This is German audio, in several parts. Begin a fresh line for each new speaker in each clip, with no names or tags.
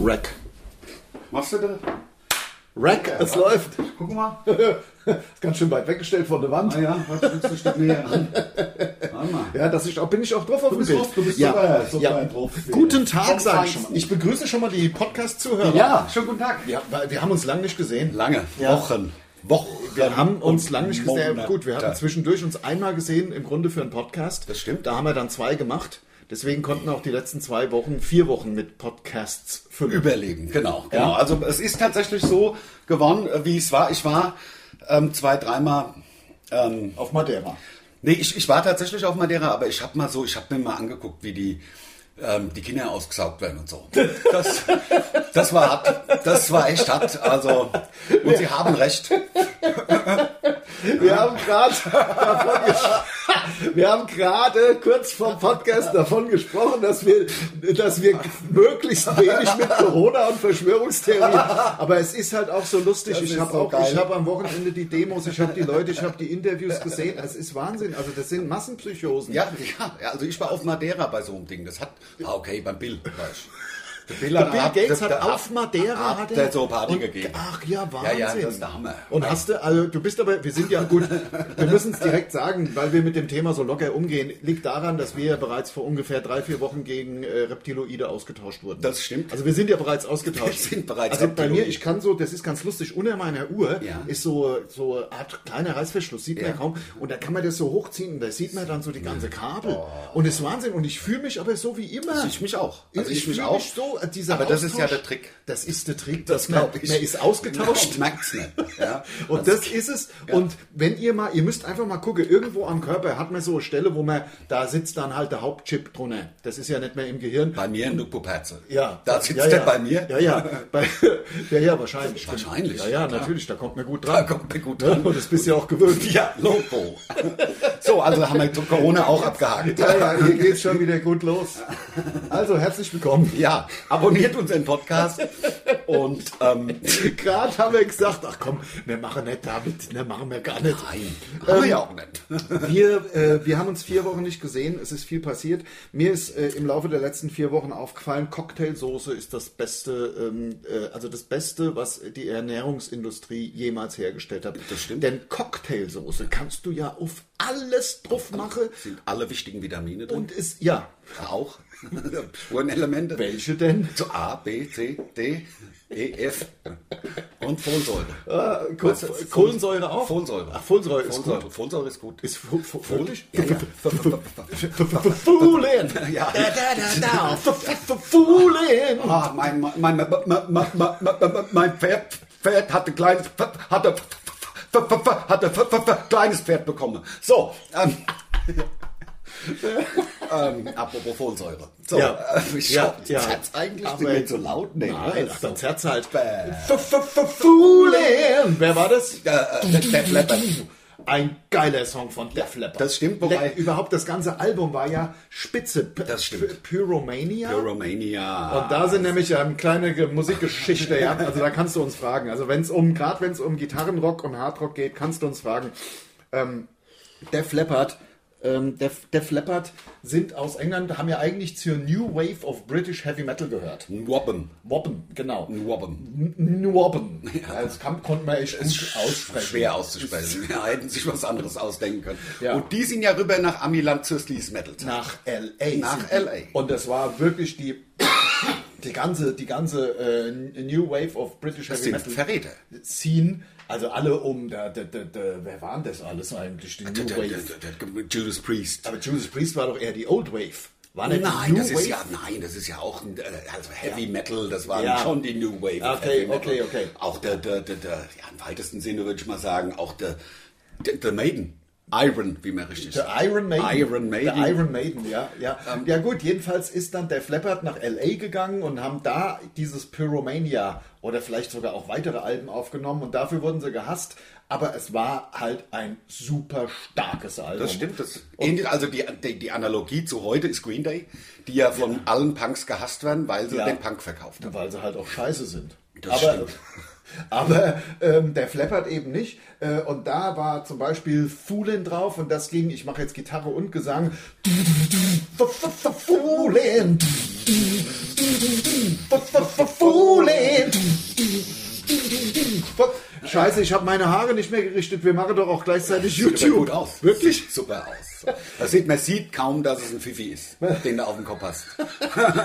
Rack.
Machst du das?
Rack, es läuft.
Guck mal.
Ist ganz schön weit weggestellt von der Wand.
Ah ja, was willst du ein Stück näher an? Warte mal.
Ja, das ist auch, bin ich auch drauf auf
Du
dem
bist
Bild.
drauf, du bist
ja.
sogar- sogar
ja.
drauf.
Guten Tag,
Vom
sage ich schon
Feinsten.
mal. Ich begrüße schon mal die Podcast-Zuhörer.
Ja, schönen guten Tag.
Wir, weil wir haben uns lange nicht gesehen.
Lange. Wochen.
Wochen. Wir haben uns
und
lange nicht gesehen. Ja,
Monate.
Gut, wir hatten zwischendurch uns einmal gesehen, im Grunde für einen Podcast.
Das stimmt.
Da haben wir dann zwei gemacht. Deswegen konnten auch die letzten zwei Wochen, vier Wochen mit Podcasts füllen.
Überleben, genau. genau. Also es ist tatsächlich so geworden, äh, wie es war. Ich war ähm, zwei, dreimal. Ähm,
Auf Madeira.
nee, ich, ich war tatsächlich auf Madeira, aber ich habe mal so, ich habe mir mal angeguckt, wie die ähm, die Kinder ausgesaugt werden und so. Das, das war hart. Das war echt hart. Also, und sie haben recht.
Wir haben gerade davon ges- wir haben gerade kurz vom Podcast davon gesprochen, dass wir, dass wir möglichst wenig mit Corona und Verschwörungstheorien. Aber es ist halt auch so lustig.
Das
ich
ist
habe
so
auch,
geil.
ich habe am Wochenende die Demos, ich habe die Leute, ich habe die Interviews gesehen. Es ist Wahnsinn. Also das sind Massenpsychosen.
Ja, ja, ja, also ich war auf Madeira bei so einem Ding. Das hat, ah, okay, beim Bill war ich. Der Bill,
Der Bill Gates
der-
hat
der-
auf Madeira
hat
hat
der
er
so Party
und,
gegeben.
Ach ja,
Ja,
Wahnsinn.
ja, das ist der Hammer.
Und hast du, also du bist aber, wir sind ja gut, wir müssen es direkt sagen, weil wir mit dem Thema so locker umgehen, liegt daran, dass wir ja bereits vor ungefähr drei, vier Wochen gegen äh, Reptiloide ausgetauscht wurden.
Das stimmt.
Also wir sind ja bereits ausgetauscht.
Wir sind bereits
Also bei mir,
Reptiloid.
ich kann so, das ist ganz lustig, unter meiner Uhr
Ja.
ist so, so eine Art kleiner Reißverschluss, sieht man
Ja.
kaum. Und da kann man das so hochziehen und da sieht man dann so die ganze Kabel. Und das ist Wahnsinn. Und ich fühle mich aber so wie immer.
Oh. Ich mich auch.
Also ich, mich auch. so, äh, dieser
Aber das ist ja
Austausch-
der Trick.
Das ist der Trick, das
glaub
man,
ich.
man ist ausgetauscht.
Ich merk's nicht. Ja.
Und das ist es. Und wenn ihr mal, ihr müsst einfach mal gucken, irgendwo am Körper hat man so eine Stelle, wo man, da sitzt dann halt der Hauptchip drunter. Das ist ja nicht mehr im Gehirn.
Bei mir in Nuckpuperze.
Ja.
Da sitzt
ja,
der
ja.
bei mir.
Ja, ja. Bei, ja, ja, wahrscheinlich.
Wahrscheinlich.
Ja, ja,
Klar.
natürlich, da kommt man gut
Da
dran.
kommt mir gut
Ja,
dran.
und das bist du ja auch gewöhnt.
Ja, Loco. So, also haben wir Corona auch abgehakt.
Ja, ja, hier geht's schon wieder gut los. Also, herzlich willkommen.
Ja, abonniert unseren Podcast und ähm,
Gerade haben wir gesagt, ach komm, wir machen nicht damit, ne, machen wir gar nicht.
nein, haben wir ja auch nicht.
Wir, äh, wir haben uns vier Wochen nicht gesehen, es ist viel passiert. Mir ist äh, im Laufe der letzten vier Wochen aufgefallen, Cocktailsoße ist das Beste, ähm, äh, also das Beste, was die Ernährungsindustrie jemals hergestellt hat.
Das stimmt.
Denn Cocktailsoße kannst du ja auf alles drauf machen
Sind alle wichtigen Vitamine drin?
und ist, ja,
Auch. Spurenelemente.
welche denn?
So A, B, C, D, E, F und Folsäure.
Äh, Koh-
Was ist-
Kohlensäure auch?
Folsäure.
Ach, Folsäure ist
Folsäure.
gut.
Folsäure ist gut.
Ist fu- fu- wirklich?
Ja, ja.
Fuhlen!
Ja.
Da, da, da, da. Fu- fu- fu- Fuhlen!
Ah, mein, mein, mein, mein, mein, mein, mein Pferd, Pferd hat ein kleines, hat ein, hat ein, kleines Pferd bekommen. So, ähm, ähm, apropos Folsäure. So,
Ja.
äh, ich
Ja,
ja,
ja.
ja. eigentlich
Aber-
sind wir jetzt so laut. Nee,
Nein, ach, dann zerrt's halt.
Bäh.
Fuhlen! Wer war das?
Äh, äh, Def Leppard.
Ein geiler Song von Def Leppard.
Das stimmt, wobei-
Le- Überhaupt das ganze Album war ja spitze. P
Das stimmt.
P- Pyromania.
Romania.
und da sind nämlich ähm, kleine Ge- Musikgeschichte, ja. Also da kannst du uns fragen. Also wenn es um, gerade wenn es um Gitarrenrock und Hardrock geht, kannst du uns fragen. Ähm, Def Leppard, ähm, Def, Def Leppard sind aus England, haben ja eigentlich zur New Wave of British Heavy Metal gehört.
Ein Wobben.
Wobben, genau.
Ein Wobben.
Nwobben. Ja. Das kann, konnte man echt gut aussprechen.
Schwer auszusprechen. Wir hätten sich was anderes ausdenken können.
Ja.
Und die sind ja rüber nach Amiland zur Sleaze Metal.
Nach L.A.
Nach
sind die.
LA.
Und das war wirklich die, die ganze, die ganze äh, New Wave of British
Das
Heavy
sind
Metal
Verräter.
Scene. Also alle um, da, da, da, da, wer waren das alles eigentlich? Die New
Der- der-
Wave.
der- der- Judas Priest.
Aber Judas Priest war doch eher die Old Wave. War nicht die
Nein,
New
das
Wave?
ist ja, nein, das ist ja auch ein, äh, also Heavy Metal, das war
Ja.
schon die New Wave. of
Okay,
Heavy Metal.
okay, okay.
Auch der, der, der, der ja, im weitesten Sinne würde ich mal sagen, auch der, der, der Maiden. Iron, wie man richtig
Der Iron Maiden.
Iron Maiden. Ähm.
Der Iron Maiden, ja. Ja, ja gut, jedenfalls ist dann der Flappert nach L.A. gegangen und haben da dieses Pyromania oder vielleicht sogar auch weitere Alben aufgenommen und dafür wurden sie gehasst. Aber es war halt ein super starkes Album.
Das stimmt. Das ähnlich, also die, die, die Analogie zu heute ist Green Day, die ja von allen Punks gehasst werden, weil sie
Ja.
den Punk verkauft haben.
Weil sie halt auch scheiße sind.
Das
aber
stimmt.
aber ähm, der flappert eben nicht. Äh, und da war zum Beispiel Fulen drauf und das ging, ich mache jetzt Gitarre und Gesang. Fulen! Fulen! Scheiße, ich habe meine Haare nicht mehr gerichtet. Wir machen doch auch gleichzeitig
Sieht aber
YouTube.
gut aus.
Wirklich?
Sieht super aus. Das sieht, man sieht kaum, dass es ein Fifi ist, den du auf dem Kopf hast.
Genau.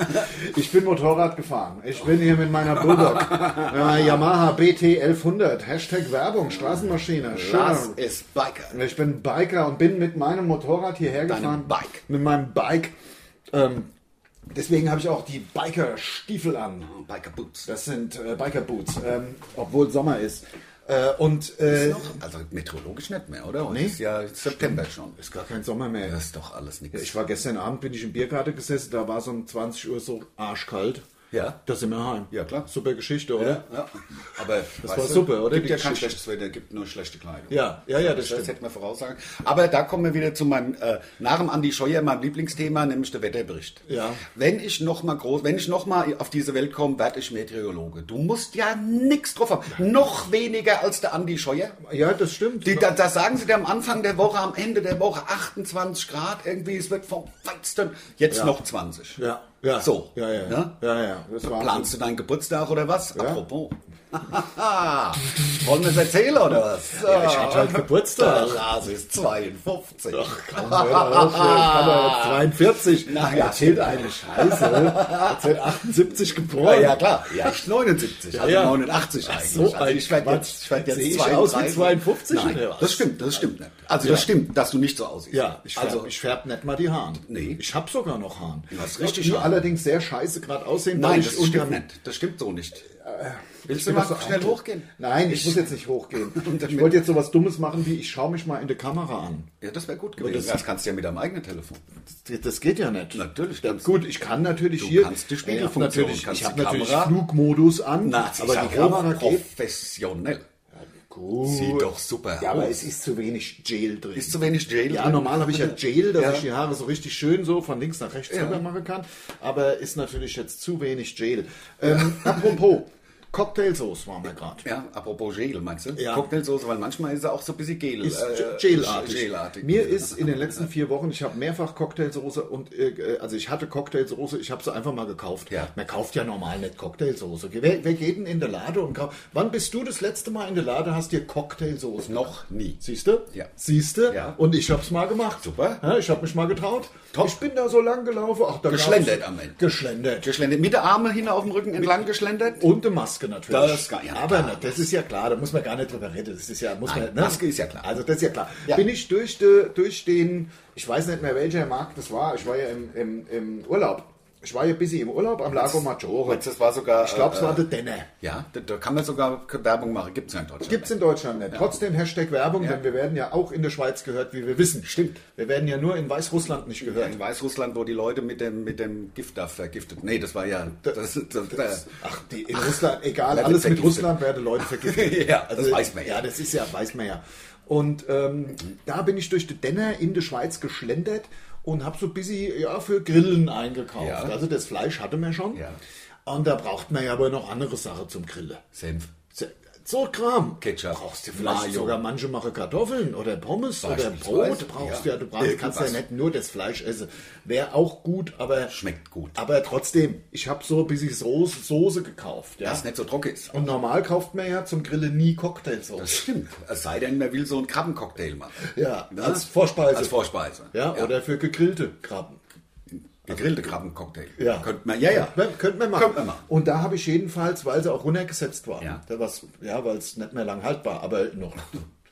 Ich bin Motorrad gefahren. Ich bin hier mit meiner Bulldog. äh, Yamaha BT 1100. Hashtag Werbung. Straßenmaschine.
Lars
Schön.
ist Biker.
Ich bin Biker und bin mit meinem Motorrad hierher
Deinem
gefahren.
Bike.
Mit meinem Bike. Ähm, deswegen habe ich auch die Biker-Stiefel an.
Biker Boots.
Das sind äh, Biker-Boots, ähm, obwohl Sommer ist. Äh, und äh,
Noch? Also meteorologisch nicht mehr, oder? Heute ist ja September schon. Ist gar
kein Sommer mehr.
Das ist doch alles nichts.
Ich war gestern Abend, bin ich in Bierkarte gesessen, da war es um 20 Uhr so arschkalt.
Ja.
Da sind wir heim.
Ja, klar.
Super Geschichte,
Ja,
oder?
ja. Aber das
war super, oder?
Gibt
Die
ja kein
Geschichte.
schlechtes Wetter, gibt nur schlechte Kleidung.
Ja, ja, ja, das
Das
stimmt.
hätte man voraussagen. Aber da kommen wir wieder zu meinem, äh, nach dem Andi Scheuer, meinem Lieblingsthema, nämlich der Wetterbericht.
Ja.
Wenn ich nochmal groß, wenn ich noch mal auf diese Welt komme, werde ich Meteorologe. Du musst ja nichts drauf haben. Noch weniger als der Andi Scheuer.
Ja, das stimmt.
Die, da, da sagen sie dir am Anfang der Woche, am Ende der Woche 28 Grad irgendwie, es wird vom Feinsten. Jetzt noch 20.
ja, ja.
So.
Ja, ja.
Ne?
Ja, ja. Das war also-
Planst du deinen Geburtstag oder was? Apropos. Wollen wir es erzählen oder was?
Ja, ich hatte halt Geburtstag.
Der Lars ist 52.
Ach, 42.
Na ja,
Er erzählt eine Scheiße. Er erzählt 78
Ja,
geboren.
ja, klar. Ja, ich 79, also
Ja, ja.
89 eigentlich.
so,
also ich
ein
werde
Quatsch.
jetzt, ich werd jetzt
Sehe ich
32.
aus wie 52
Nein,
oder was?
das stimmt, das stimmt nicht. Also das stimmt, dass du nicht so aussiehst.
Ja, ich färb,
also
ich färb nicht mal die Haaren.
Nee.
Ich hab sogar noch Haaren.
Du hast richtig
Die
Haare.
allerdings sehr scheiße gerade aussehen. weil
Nein,
ich
das
unter-
stimmt nicht. Das stimmt so nicht. Willst
Ich
du
bin
mal
doch so
schnell
alt.
hochgehen?
Nein, ich, muss jetzt nicht hochgehen. ich wollte jetzt sowas Dummes machen, wie ich schaue mich mal in die Kamera an.
Ja, das wäre gut gewesen. Das, kannst du ja mit deinem eigenen Telefon.
Das, das geht ja nicht.
Natürlich
Ja,
kannst
gut, ich kann natürlich hier.
kannst die
Ich hab
Spiegelfunktion,
natürlich,
kannst
ich habe
die
natürlich
Kamera.
Flugmodus an, aber die Kamera geht.
professionell.
Gut.
Sieht doch super
Ja, aber
aus.
es ist zu wenig Gel drin.
Ist zu wenig Gel
ja,
drin.
normal habe ich ja Gel, dass
Ja.
ich die Haare so richtig schön so von links nach rechts rüber machen kann. Aber ist natürlich jetzt zu wenig Gel. Ähm, apropos, Cocktailsauce waren wir gerade.
Ja, apropos Gel, meinst du?
Ja.
Cocktailsoße, weil manchmal ist er auch so ein bisschen Gel.
ist
äh,
gelartig.
gelartig.
Mir ist in den letzten vier Wochen, ich habe mehrfach Cocktailsoße und äh, also ich hatte Cocktailsoße, ich habe sie einfach mal gekauft.
Ja.
Man kauft ja normal nicht Cocktailsoße. Wer, wer geht denn in der Lade und kauft? Wann bist du das letzte Mal in der Lade hast dir Cocktailsoße?
noch nie.
Siehst du?
Ja.
Siehst du?
Ja.
Und ich hab's mal gemacht.
Super.
Ja, ich hab mich mal getraut. Ich bin da so lang gelaufen. Ach, da
Geschlendert
gab's-
am Ende.
Geschlendert.
Geschlendert. Mit der Arme hin auf dem Rücken entlang geschlendert.
Und eine Maske natürlich.
Das ist gar- ja,
Aber
klar.
na, das ist ja klar, da muss man gar nicht drüber reden. Das ist ja, muss
Nein,
man, ne?
Maske ist ja klar.
Also das ist ja klar.
Ja.
Bin ich durch, de, durch den, ich weiß nicht mehr welcher Markt das war, ich war ja im, im, im Urlaub. Ich war ja busy im Urlaub am Lago Maggiore.
Oh, Das war äh, sogar.
Ich glaube, es war der Denner.
Ja, da, da kann man sogar Werbung machen. Gibt es ja in Deutschland.
Gibt's in Deutschland nicht. Trotzdem Hashtag Werbung, denn wir werden ja auch in der Schweiz gehört, wie wir wissen.
Stimmt.
Wir werden ja nur in Weißrussland nicht gehört.
In Weißrussland, wo die Leute mit dem, mit dem Gift da vergiftet. Nee, das war ja. Das, das, äh, das,
Ach, die in Russland, egal,
Wer
alles
wird
mit
vergiftet?
Russland werden Leute vergiftet. Also,
Ja, das weiß man ja.
Ja, das ist ja, weiß man ja. Und ähm, da bin ich durch die Denner in der Schweiz geschlendert und habe so ein bisschen ja, für Grillen eingekauft.
Ja.
Also das Fleisch hatte man schon.
Ja.
Und da braucht man ja aber noch andere Sachen zum Grillen.
Senf.
So Kram.
Ketchup,
Brauchst du vielleicht
Mayo.
sogar manche machen Kartoffeln oder Pommes oder
Beispielsweise,
Brot. Brauchst
ja.
du ja, du brauchst, kannst ja
Irgendwas.
nicht nur das Fleisch essen. Wäre auch gut, aber
Schmeckt gut.
aber trotzdem, ich habe so ein bisschen Soße, Soße gekauft. Ja?
Das nicht so trocken ist.
Und normal kauft man ja zum Grillen nie Cocktailsoße.
Das stimmt. Es sei denn, man will so einen Krabbencocktail machen.
Ja,
Ne?
als Vorspeise.
Als Vorspeise.
Ja, oder für gegrillte Krabben.
Gegrillte Also Krabbencocktail.
Ja.
Könnte man, ja, ja.
Könnte man- Könnte man machen.
Könnte man machen.
Und da habe ich jedenfalls, weil sie auch runtergesetzt waren,
Ja.
da war's- ja, weil es nicht mehr lang haltbar, aber noch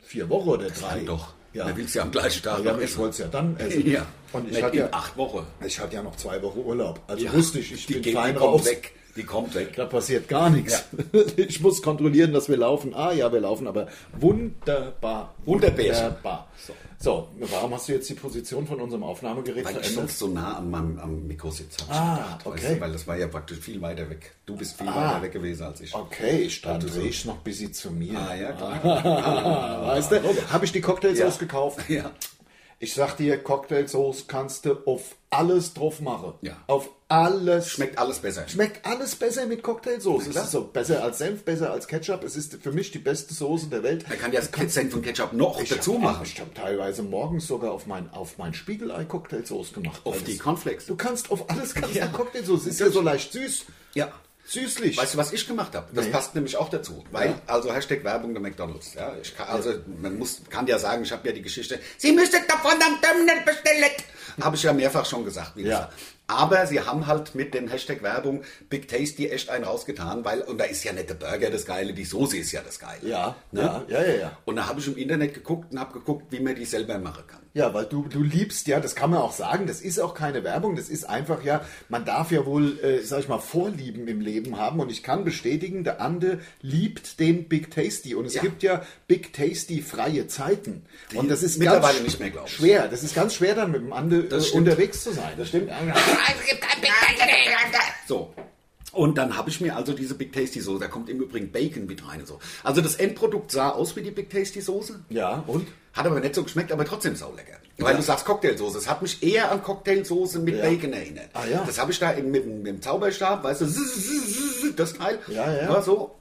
vier Wochen oder drei.
Doch.
Ja,
Man will es ja am gleichen Tag
ja
noch
ich
essen.
wollte es ja dann essen.
Ja.
Und ich
Nicht
hatte
in
ja,
acht Wochen.
ich hatte ja noch zwei Wochen Urlaub. Also
Ja.
wusste ich, ich
die
bin
geht,
fein
die kommt
raus.
weg. Die kommt weg.
Da passiert gar nichts. Ich muss kontrollieren, dass wir laufen. Ah ja, wir laufen, aber wunderbar.
Wunderbärchen.
Wunderbar. So. warum hast du jetzt die Position von unserem Aufnahmegerät
Weil ich
verändert?
sonst so nah an meinem, am Mikro sitze.
Ah, okay.
du, weil das war ja praktisch viel weiter weg. Du bist viel
Ah.
weiter weg gewesen als ich.
Okay, ich stand drehe ich noch ein bisschen zu mir.
Ah, ja, klar.
Ah, weißt du, habe ich die Cocktails
Ja.
ausgekauft.
Ja.
Ich sag dir, Cocktailsauce kannst du auf alles drauf machen.
Ja.
Auf alles.
Schmeckt alles besser.
Schmeckt alles besser mit Cocktailsoße. Es ist so besser als Senf, besser als Ketchup. Es ist für mich die beste Soße der Welt.
Man kann ja Senf und Ketchup noch dazu
hab-
machen.
Ich habe teilweise morgens sogar auf mein, auf mein Spiegelei Cocktailsoße gemacht.
Auf
Weil
die
es-
Cornflakes.
Du kannst auf alles kannst du Cocktailsoße. Ist ja so leicht süß.
Ja.
Süßlich.
Weißt du, was ich gemacht habe? Das
Nee.
passt nämlich auch dazu. Weil,
Ja.
also Hashtag Werbung der McDonalds. Ja, ich kann, also man muss, kann ja sagen, ich habe ja die Geschichte, Sie müssen davon am Terminal bestellen. Habe ich ja mehrfach schon gesagt. Wie
Ja.
gesagt. Aber sie haben halt mit dem Hashtag Werbung Big Tasty echt einen rausgetan, weil, und da ist ja nicht der Burger das Geile, die Soße ist ja das Geile.
Ja,
Ne?
ja, ja, ja, ja.
Und da habe ich im Internet geguckt und habe geguckt, wie man die selber machen kann.
Ja, weil du, du liebst ja, das kann man auch sagen, das ist auch keine Werbung, das ist einfach ja, man darf ja wohl, äh, sag ich mal, Vorlieben im Leben haben und ich kann bestätigen, der Ande liebt den Big Tasty und es
Ja.
gibt ja Big Tasty freie Zeiten und das ist
mittlerweile
ganz
nicht mehr, glaub ich.
schwer, das ist ganz schwer dann mit dem Ande äh,
stimmt.
unterwegs zu sein, das stimmt.
So. Und dann habe ich mir also diese Big Tasty Soße, da kommt im Übrigen Bacon mit rein und so. Also das Endprodukt sah aus wie die Big Tasty Soße,
Ja, und?
hat aber nicht so geschmeckt, aber trotzdem saulecker. Weil du sagst Cocktailsoße, es hat mich eher an Cocktailsoße mit
Ja.
Bacon erinnert.
Ah, ja.
Das habe ich da im- mit, dem- mit dem Zauberstab, weißt du, zzz, zzz, zzz, das Teil
Ja, ja.
war so.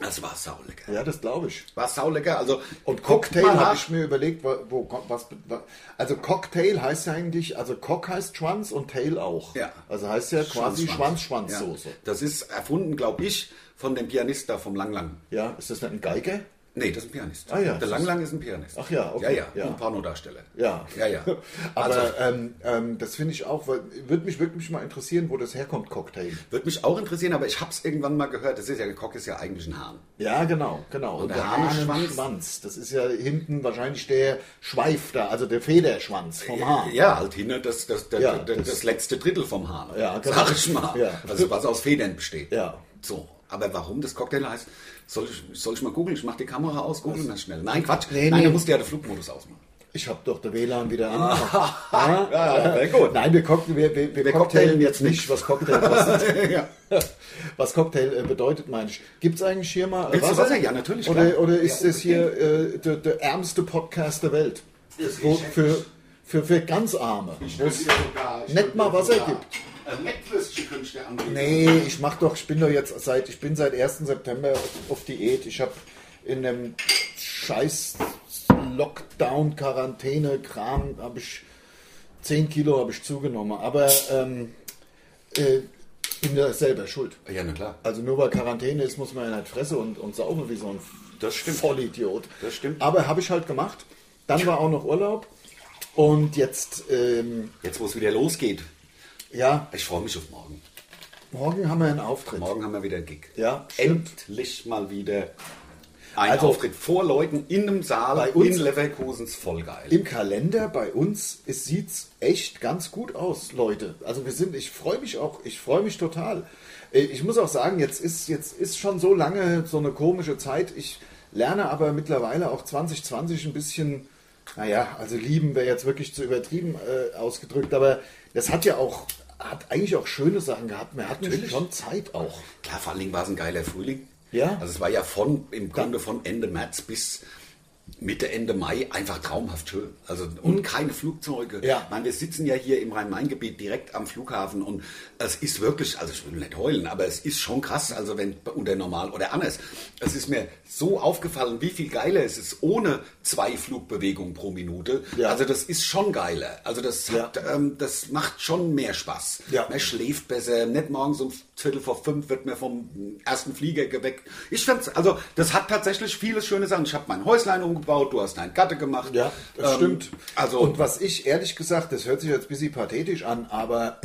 Das war saulecker.
Ja, das glaube ich.
War saulecker, also
Und
guckt
Cocktail
mal
habe
nach.
ich mir überlegt, wo, wo was, was also Cocktail heißt ja eigentlich, also Cock heißt Schwanz und Tail auch.
Ja.
Also heißt ja quasi Schwanz-Schwanz-Soße.
Ja. Das ist erfunden, glaube ich, von dem Pianist da vom Lang Lang.
Ja. ist das nicht ein Geiger?
Nee, das ist ein Pianist.
Ah, ja.
Der Lang Lang ist ein Pianist.
Ach ja, okay.
Ja, ja,
Ja.
ein Pornodarsteller.
Ja.
Ja, ja.
Aber
also,
ähm, ähm, das finde ich auch, weil würde mich wirklich mal interessieren, wo das herkommt, Cocktail.
würde mich auch interessieren, aber ich habe es irgendwann mal gehört, das ist ja, der Cock ist ja eigentlich ein Hahn.
Ja, genau, genau. Und,
der
der
Hahnenschwanz.
Hahnenschwanz, das ist ja hinten wahrscheinlich der Schweif da, also der Federschwanz vom Hahn.
Ja, halt hinter das, das, das,
Ja,
das,
das-
das letzte Drittel vom Hahn.
Ja, genau.
Sag ich mal.
Ja.
Also was aus Federn besteht.
Ja.
So. Aber warum das Cocktail heißt, soll ich, soll ich mal googeln? Ich mache die Kamera aus, googeln das schnell. Nein, Quatsch.
Nee,
Nein,
nee.
du musst ja den Flugmodus ausmachen.
Ich habe doch der WLAN wieder angemacht. Ah,
ja, ja, gut.
Nein, wir, cock wir, wir, wir,
Wir
cocktailen
cocktailen
jetzt nicht, was Cocktail kostet.
Ja.
Was Cocktail äh, bedeutet, meine ich. Gibt es eigentlich hier mal äh,
Willst du Wasser? Ja, natürlich,
Oder,
klar.
oder ist
Ja,
das hier äh, der, der ärmste Podcast der Welt? Wo, für, für, für ganz Arme. Wo es nicht mal Wasser gibt.
Ein Mettwürstchen könnte ich dir anbieten.
Nee, ich mach doch, ich bin doch jetzt seit, ich bin seit 1. September auf Diät. Ich habe in dem scheiß Lockdown, Quarantäne, Kram, habe ich 10 Kilo habe ich zugenommen. Aber ähm, äh, bin ja selber schuld.
Ja, na klar.
Also nur weil Quarantäne ist, muss man ja nicht fressen und, und saufen wie so ein
Das stimmt.
Vollidiot.
Das stimmt.
Aber habe ich halt gemacht. Dann war auch noch Urlaub. Und jetzt, ähm,
Jetzt, wo es wieder losgeht,
ja,
ich freue mich auf morgen.
morgen haben wir einen Auftritt.
Morgen haben wir wieder einen Gig.
Ja, stimmt.
Endlich mal wieder ein
Also-
Auftritt vor Leuten in einem Saal
Bei uns-
in Leverkusen. Ist voll geil.
Im Kalender bei uns es sieht's echt ganz gut aus, Leute. Also wir sind, ich freue mich auch, ich freue mich total. Äh, Ich muss auch sagen, jetzt ist jetzt ist schon so lange so eine komische Zeit. Ich lerne aber mittlerweile auch 2020 ein bisschen, naja, also lieben wäre jetzt wirklich zu übertrieben äh, ausgedrückt, aber das hat ja auch hat eigentlich auch schöne Sachen gehabt. Man hat natürlich schon Zeit auch.
Klar, vor allen Dingen war es ein geiler Frühling.
Ja.
Also es war ja von, im Grunde von Ende März bis Mitte, Ende Mai einfach traumhaft schön. Also und keine Flugzeuge.
Mhm. Ja.
Ich meine, wir sitzen ja hier im Rhein-Main-Gebiet direkt am Flughafen und es ist wirklich, also ich will nicht heulen, aber es ist schon krass, also wenn unter normal oder anders. Es ist mir so aufgefallen, wie viel geiler es ist ohne zwei Flugbewegungen pro Minute.
Ja.
Also das ist schon geiler. Also das, hat, ähm, das macht schon mehr Spaß.
Ja.
Man schläft besser, nicht morgens um Viertel vor fünf wird mir vom ersten Flieger geweckt. Ich fand's, also das hat tatsächlich viele schöne Sachen. Ich habe mein Häuslein umgebaut, du hast deinen Gatte gemacht.
Ja, das
Ähm,
stimmt.
Also
und was ich ehrlich gesagt, das hört sich jetzt ein bisschen pathetisch an, aber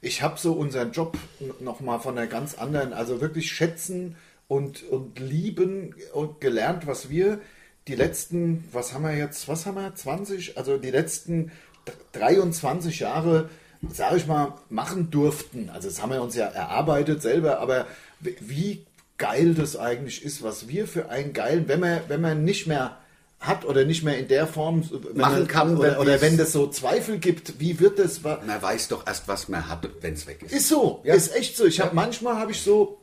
ich habe so unseren Job nochmal von einer ganz anderen, also wirklich schätzen und, und lieben und gelernt, was wir die letzten, was haben wir jetzt, was haben wir, 20, also die letzten d- 23 Jahre, sage ich mal, machen durften. Also das haben wir uns ja erarbeitet selber, aber wie- wie geil das eigentlich ist, was wir für einen geilen, wenn man, wenn man nicht mehr hat oder nicht mehr in der Form wenn
Machen
man-
kann,
oder,
wenn
oder
es-
wenn das so Zweifel gibt, wie wird das, wa-
man weiß doch erst, was man hat, wenn's weg ist.
ist so,
Ja.
ist echt so. Ich habe manchmal habe ich so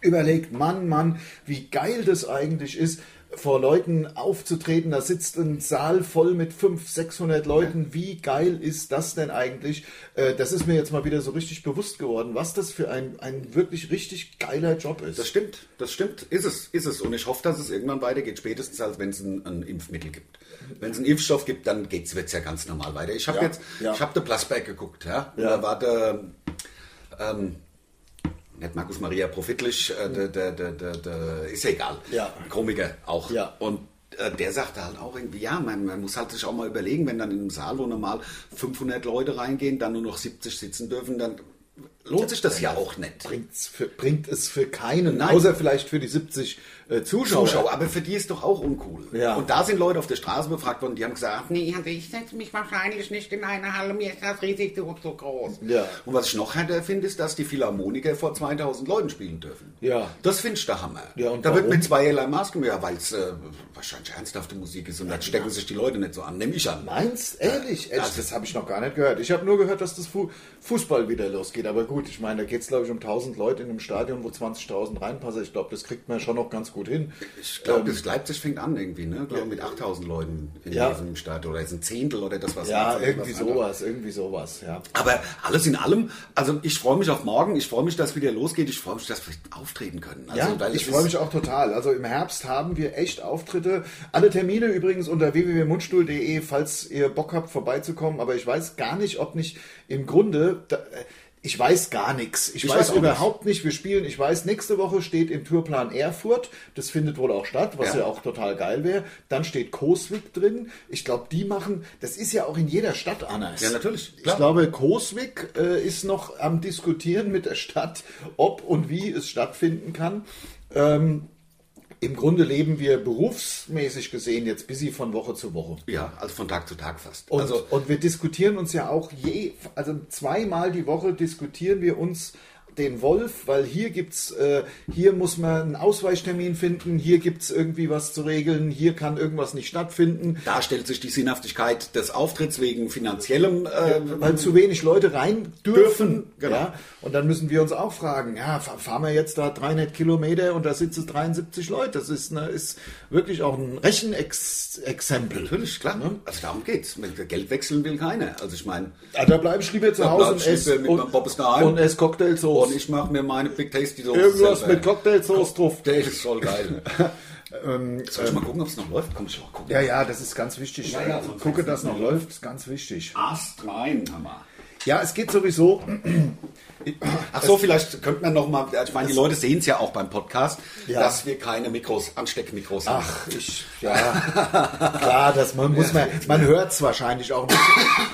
überlegt, Mann, Mann, wie geil das eigentlich ist, vor Leuten aufzutreten. Da sitzt ein Saal voll mit 500, 600 Leuten. Wie geil ist das denn eigentlich? Äh, Das ist mir jetzt mal wieder so richtig bewusst geworden, was das für ein, ein wirklich richtig geiler Job ist.
Das stimmt, das stimmt, ist es, ist es. Und ich hoffe, dass es irgendwann weitergeht, spätestens als wenn es ein, ein Impfmittel gibt. Wenn es einen Impfstoff gibt, dann geht's, wird's ja ganz normal weiter. Ich habe
Ja,
jetzt,
ja.
ich habe The Plasberg geguckt, ja. Und
Ja.
Da war der, ähm, nicht Markus Maria Profitlich, äh, der, der, der, der, der ist ja egal.
Hm. Ja.
Komiker auch.
Ja.
Und äh, der sagte halt auch irgendwie, ja, man, man muss halt sich auch mal überlegen, wenn dann in einem Saal, wo normal 500 Leute reingehen, dann nur noch 70 sitzen dürfen, dann lohnt sich das ja auch nicht.
Bringt's für, bringt es für keinen,
Nein.
außer vielleicht für die 70 äh, Zuschauer.
Zuschauer, aber für die ist doch auch uncool.
Ja.
Und da sind Leute auf der Straße befragt worden, die haben gesagt, nee.
Nee, also ich setze mich wahrscheinlich nicht in eine Halle, mir ist das Risiko zu groß.
Ja.
Und was ich noch härter finde, ist, dass die Philharmoniker vor 2000 Leuten spielen dürfen.
Ja.
Das finde ich der Hammer.
Ja, und
da
warum?
wird mit zweierlei Maß gemacht, ja, weil es äh, wahrscheinlich ernsthafte Musik ist und dann stecken sich die Leute nicht so an. Nehme ich an.
Meinst ehrlich? Echt?
Also-
das habe ich noch gar nicht gehört. Ich habe nur gehört, dass das Fu Fußball wieder losgeht. Aber gut, ich meine, da geht es, glaube ich, um 1000 Leute in einem Stadion, wo 20.000 reinpassen. Ich glaube, das kriegt man schon noch ganz gut hin.
Ich
Ähm.
glaube, das Leipzig fängt an irgendwie, ne? Ich glaube, mit 8000 Leuten in
Ja.
diesem Staat oder ist ein Zehntel oder das, was
Ja,
was-
irgendwie
was-
sowas, irgendwie sowas, ja.
Aber alles in allem, also ich freue mich auf morgen, ich freue mich, dass wieder losgeht, ich freue mich, dass wir auftreten können. Also,
Ja,
weil
ich
es
freue
ist-
mich auch total. Also im Herbst haben wir echt Auftritte. Alle Termine übrigens unter www.mundstuhl.de, falls ihr Bock habt, vorbeizukommen. Aber ich weiß gar nicht, ob nicht im Grunde, da, äh, ich weiß gar nichts. Ich,
Ich
weiß,
weiß auch
überhaupt nicht. wir spielen, ich weiß, nächste Woche steht im Tourplan Erfurt. Das findet wohl auch statt, was ja,
Ja.
auch total geil wäre. Dann steht Coswig drin. Ich glaube, die machen, das ist ja auch in jeder Stadt anders.
Ja, natürlich,
Ich
klar.
glaube, Coswig äh, ist noch am Diskutieren mit der Stadt, ob und wie es stattfinden kann. Ähm, Im Grunde leben wir berufsmäßig gesehen jetzt busy von Woche zu Woche.
Ja, also von Tag zu Tag fast.
Und,
also
und wir diskutieren uns ja auch je, also zweimal die Woche diskutieren wir uns den Wolf, weil hier gibt's, äh, hier muss man einen Ausweichtermin finden, hier gibt's irgendwie was zu regeln, hier kann irgendwas nicht stattfinden.
da stellt sich die Sinnhaftigkeit des Auftritts wegen finanziellem äh,
weil zu wenig Leute rein dürfen.
Dürfen, genau.
ja, und dann müssen wir uns auch fragen, ja, fa- fahren wir jetzt da 300 Kilometer und da sitzen 73 Leute. Das ist, ne, ist wirklich auch ein Rechenexempel.
Natürlich, klar. Also darum geht's. Mit Geld wechseln will keiner. Also ich meine,
Ja, Ah, da bleib ich lieber zu
Da
Hause
bleib
und
ich lieber
esse
mit meinem Bobbes
und,
daheim.
und ess Cocktailsoße.
und ich mache mir meine Big Tasty Soße
Irgendwas
selber.
mit Cocktailsoße drauf. Ähm,
Der ist voll geil. Soll ich mal gucken, ob es noch läuft? Komm, ich mal gucken.
Ja, ja, das ist ganz wichtig.
Ja, ja, sonst
Gucke,
ist
dass
es
noch läuft, ist ganz wichtig.
Ast rein, Hammer.
Ja, es geht sowieso.
Ach so, vielleicht könnte man noch mal, ich meine, die Leute sehen es ja auch beim Podcast,
Ja.
dass wir keine Mikros, Ansteckmikros haben.
Ach, ich, ja, klar, das man muss man, man hört es wahrscheinlich auch nicht.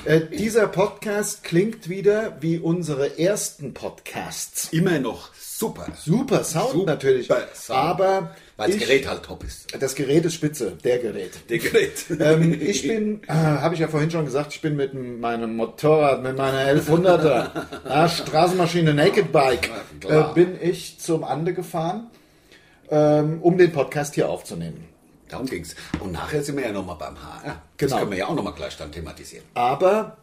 Äh, dieser Podcast klingt wieder wie unsere ersten Podcasts.
Immer noch super.
Super Sound
Super
natürlich,
Sound.
aber
Weil das
ich-
Gerät halt top ist.
das Gerät ist spitze, der Gerät.
Der Gerät.
Ähm, ich bin, äh, habe ich ja vorhin schon gesagt, ich bin mit m- meinem Motorrad, mit meiner 1100er ja, Straßenmaschine Naked Bike, äh,
klar.
bin ich zum Ande gefahren, ähm, um den Podcast hier aufzunehmen.
Darum ging's. Und nachher sind wir ja nochmal beim HR.
Genau.
Das können wir ja auch nochmal gleich dann thematisieren.
Aber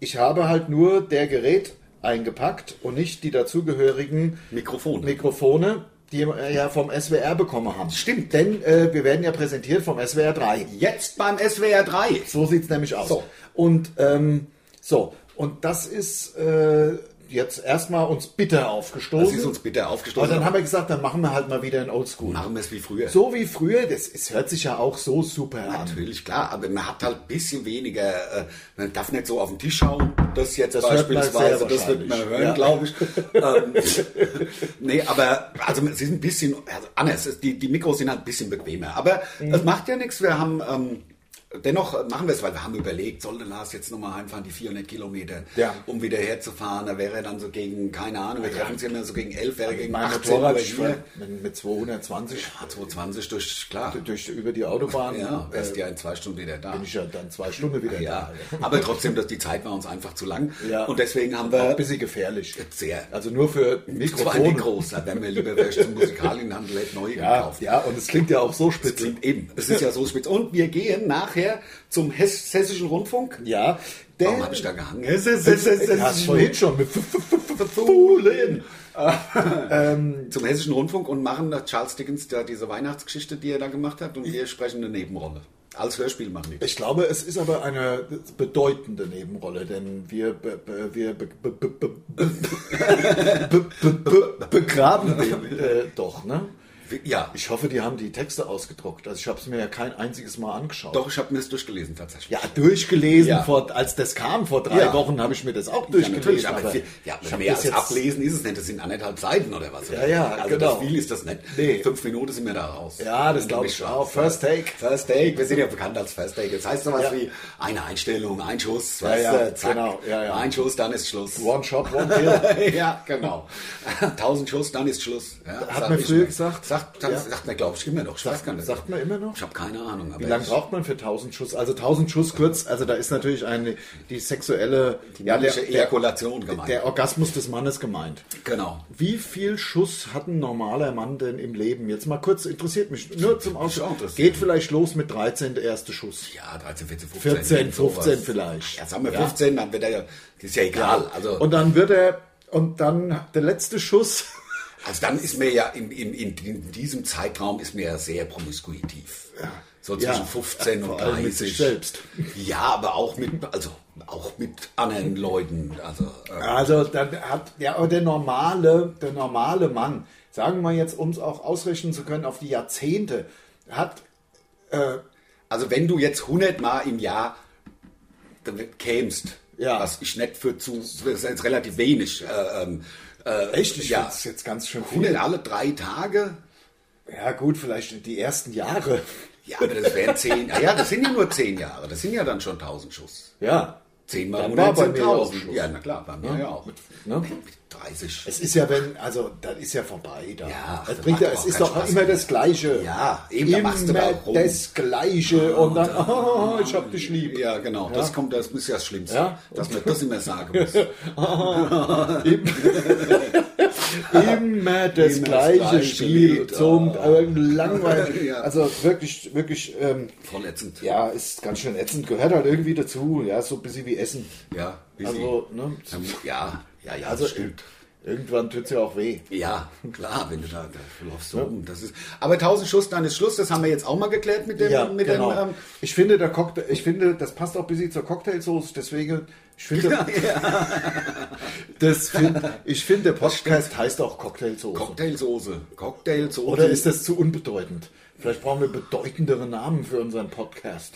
ich habe halt nur der Gerät eingepackt und nicht die dazugehörigen
Mikrofon.
Mikrofone, die wir äh, ja vom SWR bekommen haben.
Stimmt.
Denn äh, wir werden ja präsentiert vom SWR 3.
Jetzt beim SWR 3.
So sieht es nämlich aus.
So.
Und ähm, so, und das ist äh, jetzt erstmal uns bitter aufgestoßen.
Das ist uns bitter
Aber
aufgestoßen.
dann haben wir gesagt, dann machen wir halt mal wieder ein Oldschool.
machen wir es wie früher.
So wie früher, das, es hört sich ja auch so super an.
Natürlich, klar, aber man hat halt ein bisschen weniger, äh, man darf nicht so auf den Tisch schauen, das jetzt
Das hört man
beispielsweise,
sehr
das wird man
wahrscheinlich.
hören,
Ja.
glaube ich. ähm, nee, aber also es ist ein bisschen also anders, Es- die, die Mikros sind halt ein bisschen bequemer, aber
Mhm.
das macht ja nichts, wir haben... Ähm, Dennoch machen wir es, weil wir haben überlegt, sollte Lars jetzt nochmal heimfahren, die 400 Kilometer,
Ja.
um wieder herzufahren, da wäre er dann so gegen, keine Ahnung, wir treffen uns ja immer so gegen 11, wäre gegen
Mein
18 Uhr
Motorrad ich
hier.
mit, mit 220
220 durch, klar,
durch, über die Autobahn.
ja,
äh,
wärst du ja in zwei Stunden wieder da.
bin ich ja dann zwei Stunden wieder
Ja,
da.
aber trotzdem, dass die Zeit war uns einfach zu lang.
Ja.
Und deswegen haben
Auch ein
wir
bisschen gefährlich.
sehr
Also nur für
zwei
Mikrofone.
Mikros, da wären wir lieber vielleicht zum Musikalienhandel hätten neue
Ja,
gekauft.
ja, und es klingt ja auch so
Das
spitze.
klingt eben. Es ist ja so spitz. Und wir gehen nachher zum Hess Hessischen Rundfunk.
Ja, denn
Warum habe ich da gehangen? Hess,
Du hast vorhin schon mit Fulen.
Zum Hessischen Rundfunk und machen nach Charles Dickens da diese Weihnachtsgeschichte, die er da gemacht hat. Und wir sprechen eine Nebenrolle. Als Hörspiel machen die.
Ich glaube, es ist aber eine bedeutende Nebenrolle, denn wir, be, be, wir be, be, be, be, be, be, be, begraben den äh, doch, ne?
Ja,
Ich hoffe, die haben die Texte ausgedruckt. Also ich habe es mir ja kein einziges Mal angeschaut.
doch, ich habe mir das durchgelesen tatsächlich.
Ja, durchgelesen,
Ja.
Vor, als das kam vor drei
Ja.
Wochen, habe ich mir das auch
Ja,
durchgelesen.
natürlich, aber, viel, ja,
ja, ich hab
mehr
das
als
jetzt,
ablesen ist es nicht. Das sind anderthalb Seiten oder was.
Ja, ja,
Also
genau.
das viel ist das nicht.
Nee.
Fünf Minuten sind wir da raus.
Ja, das glaub ich auch. First Take.
First Take, wir sind ja bekannt als First Take. Das heißt sowas
Ja.
wie eine Einstellung, ein Schuss,
Ja,
weißt
ja,
du, zack,
genau, ja, ja.
ein Schuss, dann ist Schluss.
One Shot, One Kill.
ja, genau. Tausend Schuss, dann ist Schluss. Ja,
Hat
sag
man
ich
früher
mir.
gesagt?
Sagt, sagt,
Ja.
sagt man, glaube ich, immer noch. Ich weiß gar nicht.
Sagt man immer noch?
Ich habe keine Ahnung. Aber
Wie lange
ich-
braucht man für 1000 Schuss? Also 1000 Schuss kurz, also da ist natürlich eine, die sexuelle ja, der,
männliche
der,
Ejakulation gemeint.
der Orgasmus des Mannes gemeint.
genau.
Wie viel Schuss hat ein normaler Mann denn im Leben? Jetzt mal kurz, interessiert mich nur zum
auch
Ausschau.
interessiert.
Geht vielleicht los mit 13 der erste Schuss.
Ja, also 13, 14, 15.
14,
irgend sowas.
15 vielleicht.
Ja, sagen wir
Ja.
15, dann wird er ja, das ist ja egal. Also,
Und dann wird er, und dann der letzte Schuss.
also dann ist mir ja in, in, in, in diesem Zeitraum ist mir ja sehr promiskuitiv. So zwischen
Ja.
15 und
Vor allem
30.
mit sich selbst.
Ja, aber auch mit, also auch mit anderen Leuten. Also, äh,
Also dann hat ja aber der normale, der normale Mann, sagen wir jetzt, um es auch ausrechnen zu können auf die Jahrzehnte, hat
also wenn du jetzt 100 Mal im Jahr damit kämst,
Ja.
was ich nicht für zu, das ist jetzt relativ wenig. Äh, ähm, äh,
echt, ich
ja.
find's jetzt ganz schön viel.
100 alle drei Tage,
Ja gut, vielleicht die ersten Jahre.
Ja, aber das wären zehn. Ja, das sind ja nur zehn Jahre. Das sind ja dann schon tausend Schuss.
Ja,
Zehn mal
Dann war
100
bei
sind
mir auch
1000.
Schuss.
Ja, na klar, bei mir ja, auch. Mit,
Ne?
mit 30.
Es ist ja, wenn, also, dann ist ja vorbei. Da.
Ja,
das
das
bringt
macht
ja,
doch
es
auch
ist
keinen
doch
Spaß
immer
mehr.
das Gleiche.
Ja, eben, da
immer
machst du da rum.
das Gleiche. und dann, oh, ich hab dich lieb.
Ja, genau. Das kommt, das ist ja das Schlimmste,
Ja.
dass man das immer sagen muss. Immer
Eben- immer das
das
gleiche
gleiche
Spiel
Lied,
zum
ah.
äh, langweilig.
Ja.
Also wirklich, wirklich, ähm,
Verletzend.
ja, ist ganz schön ätzend. Gehört halt irgendwie dazu. Ja, so ein bisschen wie Essen.
Ja, wie
Also, ne,
sie- ja, ja, ja,
also
das stimmt.
irgendwann tut's ja auch weh.
Ja, klar, wenn du da, da läufst du rum. Das ist, aber 1000 Schuss, dann ist Schluss. Das haben wir jetzt auch mal geklärt mit dem,
Ja,
mit
genau.
dem ähm,
ich finde, der Cocktail, ich finde, das passt auch ein bisschen zur Cocktailsoße. Deswegen, ich finde, das find, ich finde, der Podcast heißt auch Cocktailsoße.
Cocktailsoße. Cocktailsoße.
Oder ist das zu unbedeutend? Vielleicht brauchen wir bedeutendere Namen für unseren Podcast.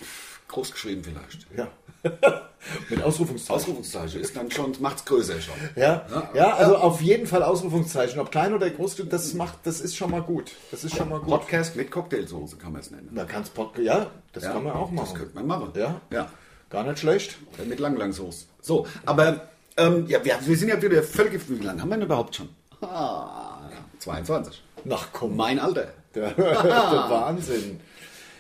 großgeschrieben vielleicht?
Ja. Mit Ausrufungszeichen.
Ausrufungszeichen ist dann schon, macht's größer schon.
ja, ja, also auf jeden Fall Ausrufungszeichen. Ob klein oder groß, das macht, das ist schon mal gut. Das ist schon mal gut.
Podcast mit Cocktailsoße kann man es nennen.
Man kann's Pod ja, das
Ja,
kann man auch machen.
Das könnte man machen.
Ja.
ja.
Gar nicht schlecht.
Oder mit Langlangsoße. So, aber ähm, ja, wir, wir sind ja wieder völlig, wie lange haben wir denn überhaupt schon? Ah, 22.
Nach komm.
Mein Alter.
Der, der Wahnsinn.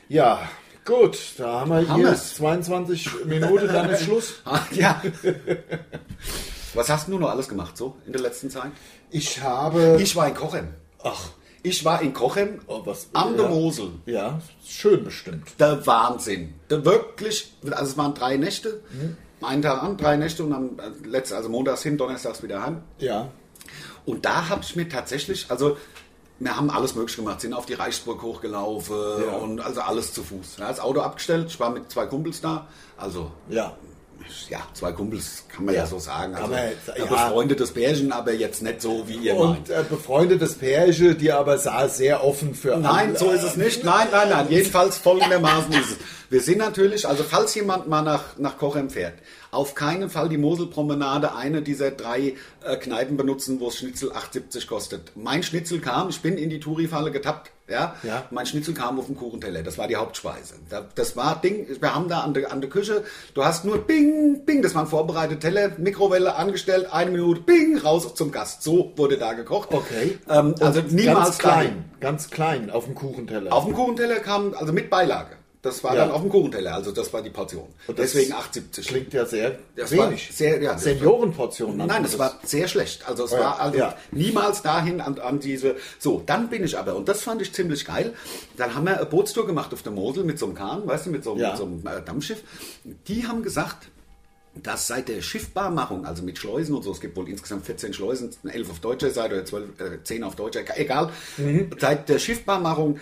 Ja, gut, da haben wir
Haben
hier
wir's.
22 Minuten, dann ist Schluss.
Ah, ja. Was hast du noch alles gemacht so in der letzten Zeit?
Ich habe.
Ich war in Kochem. Ach. Ich war in Kochem
Oh, was-
am der
ja.
Mosel.
Ja, schön bestimmt.
Der Wahnsinn. Der wirklich, also es waren drei Nächte.
Mhm.
Einen Tag an, drei Nächte und dann äh, letzte, also montags hin, donnerstags wieder heim.
Ja.
Und da habe ich mir tatsächlich, also wir haben alles möglich gemacht, sind auf die Reichsburg hochgelaufen
Ja.
und also alles zu Fuß. Ja, das Auto abgestellt, ich war mit zwei Kumpels da, also
Ja.
ja, zwei Kumpels kann man ja,
Ja.
so sagen.
Kann
Also
man jetzt-
ein
ja.
befreundetes Pärchen, aber jetzt nicht so, wie ihr meint.
Und äh, befreundetes Pärchen, die aber sah sehr offen für
Nein,
alle.
so ist es nicht. Nein, nein, nein. Jedenfalls folgendermaßen ist es. Wir sind natürlich, also falls jemand mal nach, nach Kochem fährt, auf keinen Fall die Moselpromenade eine dieser drei äh, Kneipen benutzen, wo es Schnitzel 8,70 kostet. Mein Schnitzel kam, ich bin in die Touri-Falle getappt. Ja?
Ja.
mein Schnitzel kam auf dem Kuchenteller. Das war die Hauptspeise. Da- Das war Ding. Wir haben da an der, an der Küche, du hast nur Bing, Bing. Das waren vorbereitete Teller, Mikrowelle angestellt, eine Minute, Bing, raus zum Gast. So wurde da gekocht.
Okay.
Ähm, also
Und
niemals
ganz klein,
dahin.
ganz klein auf dem Kuchenteller.
Auf dem Kuchenteller kam, also mit Beilage. Das war
Ja.
dann auf dem Kuchenteller, also das war die Portion.
Und das
Deswegen 8,70.
Klingt ja sehr
Das war
wenig.
sehr- ja, das war-
Seniorenportion. nannte
Nein,
man
das war sehr schlecht. Also es
Oh Ja,
war also
ja.
niemals dahin an, an diese. So, dann bin ich aber, und das fand ich ziemlich geil. Dann haben wir eine Bootstour gemacht auf der Mosel mit so einem Kahn, weißt du, mit so, einem-
Ja.
mit so einem äh, Dampfschiff. Die haben gesagt, dass seit der Schiffbarmachung, also mit Schleusen und so, es gibt wohl insgesamt 14 Schleusen, 11 auf deutscher Seite oder 12, äh, 10 auf deutscher, egal. Seit der Schiffbarmachung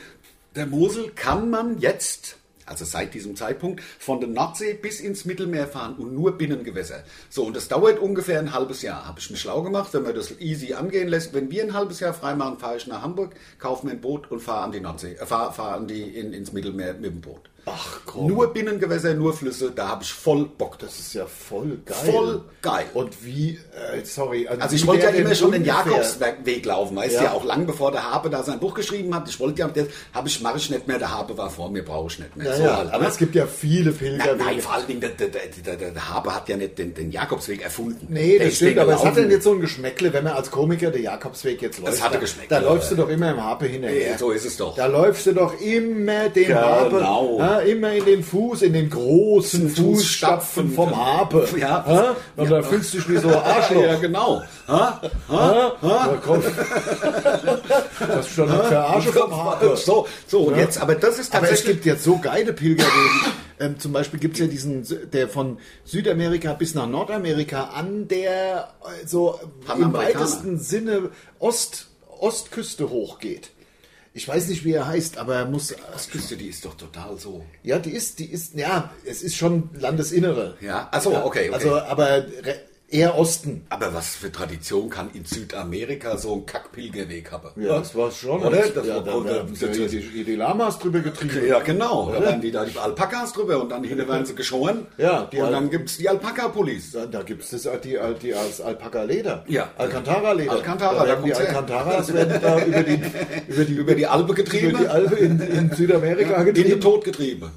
der Mosel kann man jetzt also seit diesem Zeitpunkt, von der Nordsee bis ins Mittelmeer fahren und nur Binnengewässer. So, und das dauert ungefähr ein halbes Jahr. Habe ich mich schlau gemacht, wenn man das easy angehen lässt. Wenn wir ein halbes Jahr freimachen, fahre ich nach Hamburg, kaufe mir ein Boot und fahre an die Nordsee, äh, fahre fahr an die, in, ins Mittelmeer mit dem Boot.
Ach
Nur Binnengewässer, nur Flüsse, da habe ich voll Bock drauf.
Das ist ja voll geil.
Voll geil.
Und wie, äh, sorry.
Also
wie
ich wollte ja
der
immer
denn
schon den
ungefähr-
Jakobsweg laufen, weißt
Ja.
ja. ja auch lang bevor der Habe da sein Buch geschrieben hat. Ich wollte ja, das habe ich mache ich nicht mehr. Der Habe war vor mir, brauche ich nicht mehr.
Ja,
so
ja,
halt,
aber
ne?
es gibt ja viele Pilgerwege.
Nein, nein, vor allen Dingen, der, der, der, der, der Habe hat ja nicht den, den Jakobsweg erfunden.
Nee,
Der
das
ist den
stimmt, aber es hat
gelaufen.
denn jetzt so ein Geschmäckle, wenn man als Komiker den Jakobsweg jetzt läuft.
hatte
da-
Geschmäckle,
Da läufst du
aber-
doch immer im Harpe hinterher.
Ja, so ist es doch.
Da läufst du doch immer den
Genau.
Harpe, ja, immer in den Fuß, in den großen
Den Fuß
Fußstapfen
stapfen.
vom Harpe.
Ja.
Und da fühlst du dich wie so ein Arschloch.
Ja, genau. Ha? Ha?
Na komm. Das ist schon eine Verarsche vom Harpe.
So, so und
Ja.
jetzt, aber das ist
Aber es
tatsächlich.
gibt jetzt so geile Pilgerwege. ähm, zum Beispiel gibt es ja diesen, der von Südamerika bis nach Nordamerika an der äh, so im
Panamerikaner.
weitesten Sinne Ost, Ostküste hochgeht. Ich weiß nicht, wie er heißt, aber er muss.
das Küste, die ist doch total so.
Ja, die ist, die ist, ja, es ist schon Landesinnere.
Ja, also okay, okay.
Also, aber re- eher Osten.
aber was für Tradition kann in Südamerika so ein Kackpilgerweg haben?
war's schon.
Oder?
Das, ja, da
oder-
haben sie ja die, die, die Lamas drüber getrieben.
Ja, genau. Da werden die da die Alpakas drüber und dann hinten werden sie geschoren.
Ja, die
und
Al-
dann gibt es die Alpaka-Police.
Da, da gibt es die, die, die als Alpaka-Leder.
Ja.
Alcantara-Leder.
Alcantara,
da
da
werden die
kommt's her.
Alcantaras werden da über die, über die,
Über die Alpe getrieben.
über die Alpe in, in Südamerika
in den
getrieben.
Tod getrieben.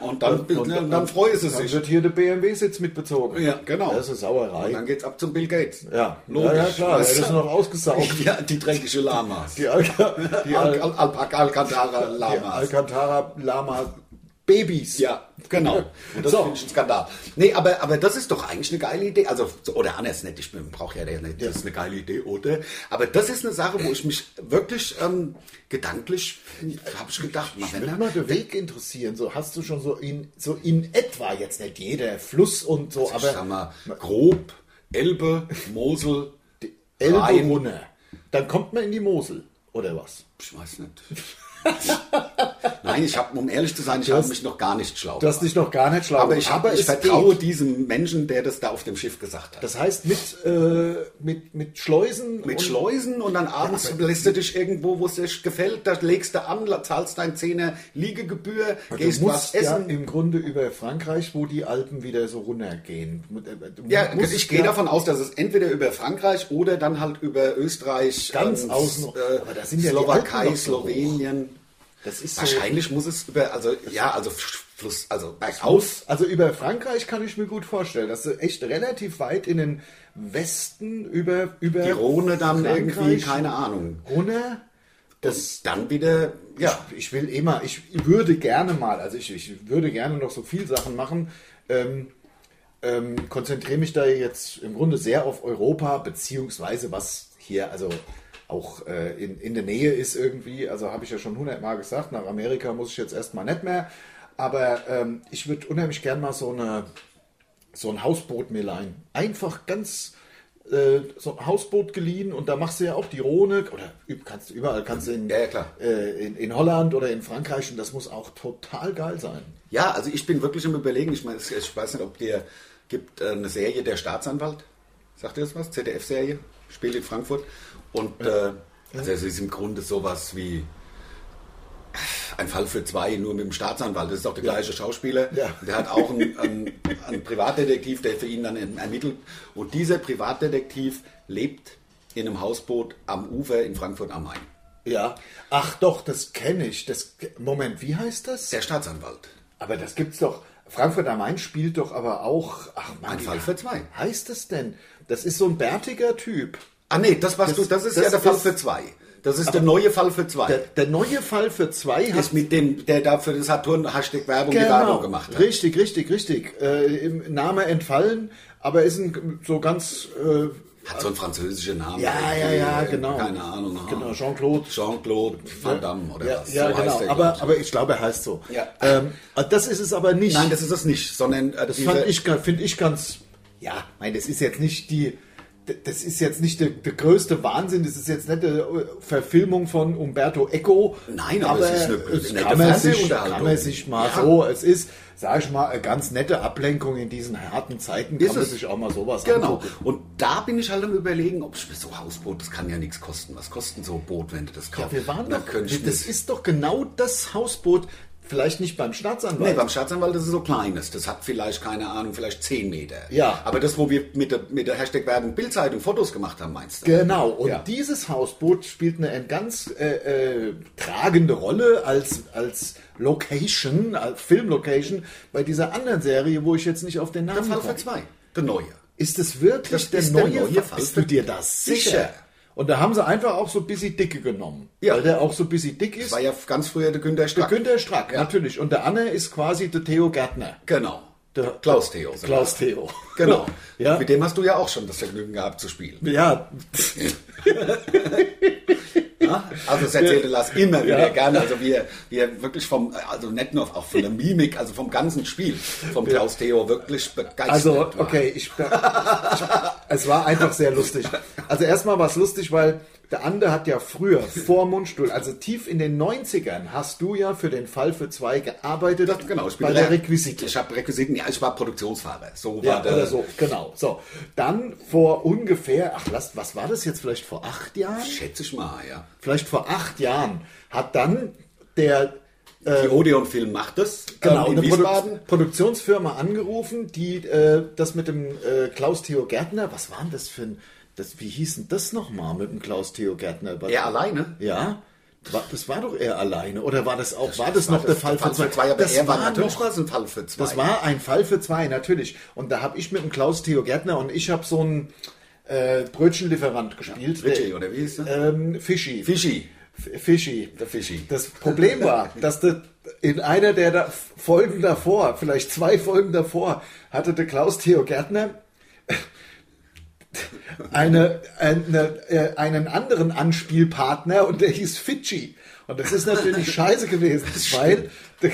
Und dann, und, dann freuen sie
Dann
sich.
wird hier der BMW-Sitz mitbezogen.
Ja, genau.
Das ist
Und dann
Sauerei.
geht's ab zum Bill Gates.
Ja,
logisch.
Ja, ja, klar. Das
Weißt
ist
du?
noch ausgesaugt.
ja, die dreckige Lamas.
Die, Alca die,
Al
Al
Al Alpaka, Alcantara,
die
Lamas.
Alcantara-Lama-Babys.
Ja, genau. Und das
So.
finde ich ein Skandal. Nee, aber, aber das ist doch eigentlich eine geile Idee. Also, so- oder anders nicht, ich brauche ja nicht, das ist eine geile Idee, oder? Aber das ist eine Sache, wo ich mich wirklich ähm, gedanklich, habe ich gedacht, man,
Wenn
wenn
mich
da,
mal der Weg interessieren, so hast du schon so in, so in etwa jetzt nicht jeder Fluss und so,
Also ich sag
aber
mal, grob, Elbe, Mosel,
Elbe
Rhein.
runter. Dann kommt man in die Mosel, oder was?
Ich weiß nicht. Nein, ich habe, um ehrlich zu sein, ich habe mich noch gar nicht schlau
Du hast dich noch gar nicht schlau
Aber
gemacht.
ich, hab, ich
es
vertraue
geht.
diesem Menschen, der das da auf dem Schiff gesagt hat.
Das heißt, mit, äh, mit, mit Schleusen.
mit
und-
Schleusen und dann abends lässt du dich irgendwo, wo es dir gefällt, da legst du an, zahlst dein Zehner Liegegebühr,
Du
gehst was
musst ja
essen.
im Grunde über Frankreich, wo die Alpen wieder so runtergehen. Du
Ja,
musst
ich gehe
ja
davon aus, dass es entweder über Frankreich oder dann halt über Österreich,
Ganz
ähm,
außen-
äh,
aber da sind ja die Alpen
Slowakei,
noch so hoch.
Slowenien.
Das ist so-
Wahrscheinlich muss es über, also ja, also Fluss, also bergauf.
Also über Frankreich kann ich mir gut vorstellen, dass du echt relativ weit in den Westen über über
Die Rhone dann
Frankreich
irgendwie, keine Ahnung.
Rhone. Das
Und dann wieder, ja.
ich, ich will immer, ich würde gerne mal, also ich, ich würde gerne noch so viel Sachen machen. Ähm, ähm, konzentriere mich da jetzt im Grunde sehr auf Europa, beziehungsweise was hier also auch äh, in, in der Nähe ist irgendwie. Also habe ich ja schon hundertmal gesagt, nach Amerika muss ich jetzt erstmal nicht mehr. Aber ähm, ich würde unheimlich gern mal so, eine, so ein Hausboot mir leihen. Einfach ganz äh, so ein Hausboot geliehen und da machst du ja auch die Rhone oder üb- kannst du überall, kannst du in,
Ja, ja, klar.
Äh, in, in Holland oder in Frankreich und das muss auch total geil sein.
Ja, also ich bin wirklich im Überlegen. Ich, meine, ich weiß nicht, ob dir gibt äh, eine Serie Der Staatsanwalt. Sagt ihr das was? ZDF-Serie, spielt in Frankfurt. Und äh, also es ist im Grunde sowas wie ein Fall für zwei, nur mit dem Staatsanwalt. Das ist auch der gleiche Schauspieler.
Ja.
Der hat auch einen, einen, einen Privatdetektiv, der für ihn dann ermittelt. Und dieser Privatdetektiv lebt in einem Hausboot am Ufer in Frankfurt am Main.
Ja. Ach doch, das kenne ich. Das Moment, wie heißt das?
Der Staatsanwalt.
Aber das gibt's doch. Frankfurt am Main spielt doch aber auch. Ach Mann,
Ein
wie
Fall für zwei.
Heißt es denn? Das ist so ein bärtiger Typ.
Ah nee, das warst
Das-
du, das ist
das
ja der Fall
ist-
für zwei. Das ist der neue Fall für zwei.
Der, der neue Fall für zwei
ist mit dem, der dafür das Saturn Hashtag Werbung die Werbung gemacht hat.
Genau. Richtig, richtig, richtig. Äh, Im Name entfallen, aber ist ein so ganz. Äh,
Hat so einen französischen Namen.
ja, ja,
irgendwie,
ja,
äh,
genau.
Keine Ahnung.
Genau, Jean-Claude.
Jean-Claude Van Damme oder
ja,
was.
ja
so
genau.
heißt der, glaub
aber,
ich.
aber ich glaube, er heißt so.
Ja.
Ähm, das ist es aber nicht.
Nein, das ist es nicht, sondern äh,
Das
diese-
fand ich, finde ich ganz. Ja, mein, das ist jetzt nicht die. d- das ist jetzt nicht der, der größte Wahnsinn, das ist jetzt nicht eine äh, Verfilmung von Umberto Eco.
Nein, aber es ist eine nette
kann man sich,
Fernsehunterhaltung.
kann man sich mal so, es ist, sag ich mal, eine ganz nette Ablenkung in diesen harten Zeiten, kann
Ist
man
es.
sich auch mal sowas
Genau.
angucken.
Und da bin ich halt am überlegen, ob ich mir so Hausboot, das kann ja nichts kosten. Was kostet so ein Boot, wenn du das
Ja,
kaufst?
wir waren
Da
doch,
könnte ich
das
nicht-
ist doch genau das Hausboot, vielleicht nicht beim Staatsanwalt.
Nee, beim Staatsanwalt ist es so kleines. Das hat vielleicht, keine Ahnung, vielleicht 10 Meter.
Ja.
Aber das, wo wir mit der, mit der Hashtag Werbung Bildzeitung Fotos gemacht haben, meinst du?
Genau, und
Ja.
dieses Hausboot spielt eine, ganz äh, äh, tragende Rolle als, als Location, als Filmlocation bei dieser anderen Serie, wo ich jetzt nicht auf den
der
Namen
Fall
komme.
für zwei. Der neue.
Ist es wirklich
Das
der,
ist der
neue,
neue Fall
Bist
für-
du dir das sicher?
Sicher.
Und da haben sie einfach auch so ein bisschen Dicke genommen,
Ja.
weil der auch so ein bisschen dick ist.
Das war ja ganz früher der Günter
Der
Strack.
Günther Strack,
Ja.
natürlich. Und der Anne ist quasi der Theo Gärtner.
Genau.
Der-
Klaus Theo. sogar.
Klaus Theo.
Genau.
Ja.
Mit dem hast du ja auch schon das Vergnügen gehabt zu spielen. ne?
Ja,
Also das erzählte Lars immer wieder
Ja.
gerne. Also wir, wir wirklich vom, also nicht nur auch von der Mimik, also vom ganzen Spiel, vom Klaus Theo wirklich begeistert.
Also,
waren.
okay, ich, ich, es war einfach sehr lustig. Also erstmal war es lustig, weil der Ande hat ja früher vor Mundstuhl, also tief in den 90ern, hast du ja für den Fall für zwei gearbeitet
Das, genau, ich bin
bei der
Re-
Requisite.
Ich habe Requisiten, ja, ich war Produktionsfahrer. So
Ja,
war der,
oder so, genau. So, dann vor ungefähr, ach, lasst, was war das jetzt, vielleicht vor acht Jahren?
Schätze ich mal, ja.
Vielleicht vor acht Jahren hat dann der
Die Odeon-Film macht es.
Ähm, Genau,
ähm,
eine
in Wiesbaden.
Produ Produktionsfirma angerufen, die äh, das mit dem äh, Klaus Theo Gärtner, was war denn das für ein, das, wie hieß denn das nochmal mit dem Klaus Theo Gärtner? Bei-
Er alleine?
Ja, war, das war doch er alleine. Oder war das auch, war das
war
noch der Fall für zwei?
aber
das
er war
war
natürlich
noch,
war es ein Fall für zwei.
das war ein Fall für zwei, natürlich. Und da habe ich mit dem Klaus Theo Gärtner und ich habe so einen äh, Brötchenlieferant gespielt.
Richie,
der-
oder wie hieß der?
Ähm, Fischi.
Fischi.
F- Fischi.
Der Fischi.
Das Problem war, dass der, in einer der da, Folgen davor, vielleicht zwei Folgen davor, hatte der Klaus Theo Gärtner eine, eine, äh, einen anderen Anspielpartner und der hieß Fidschi. Und das ist natürlich scheiße gewesen, weil der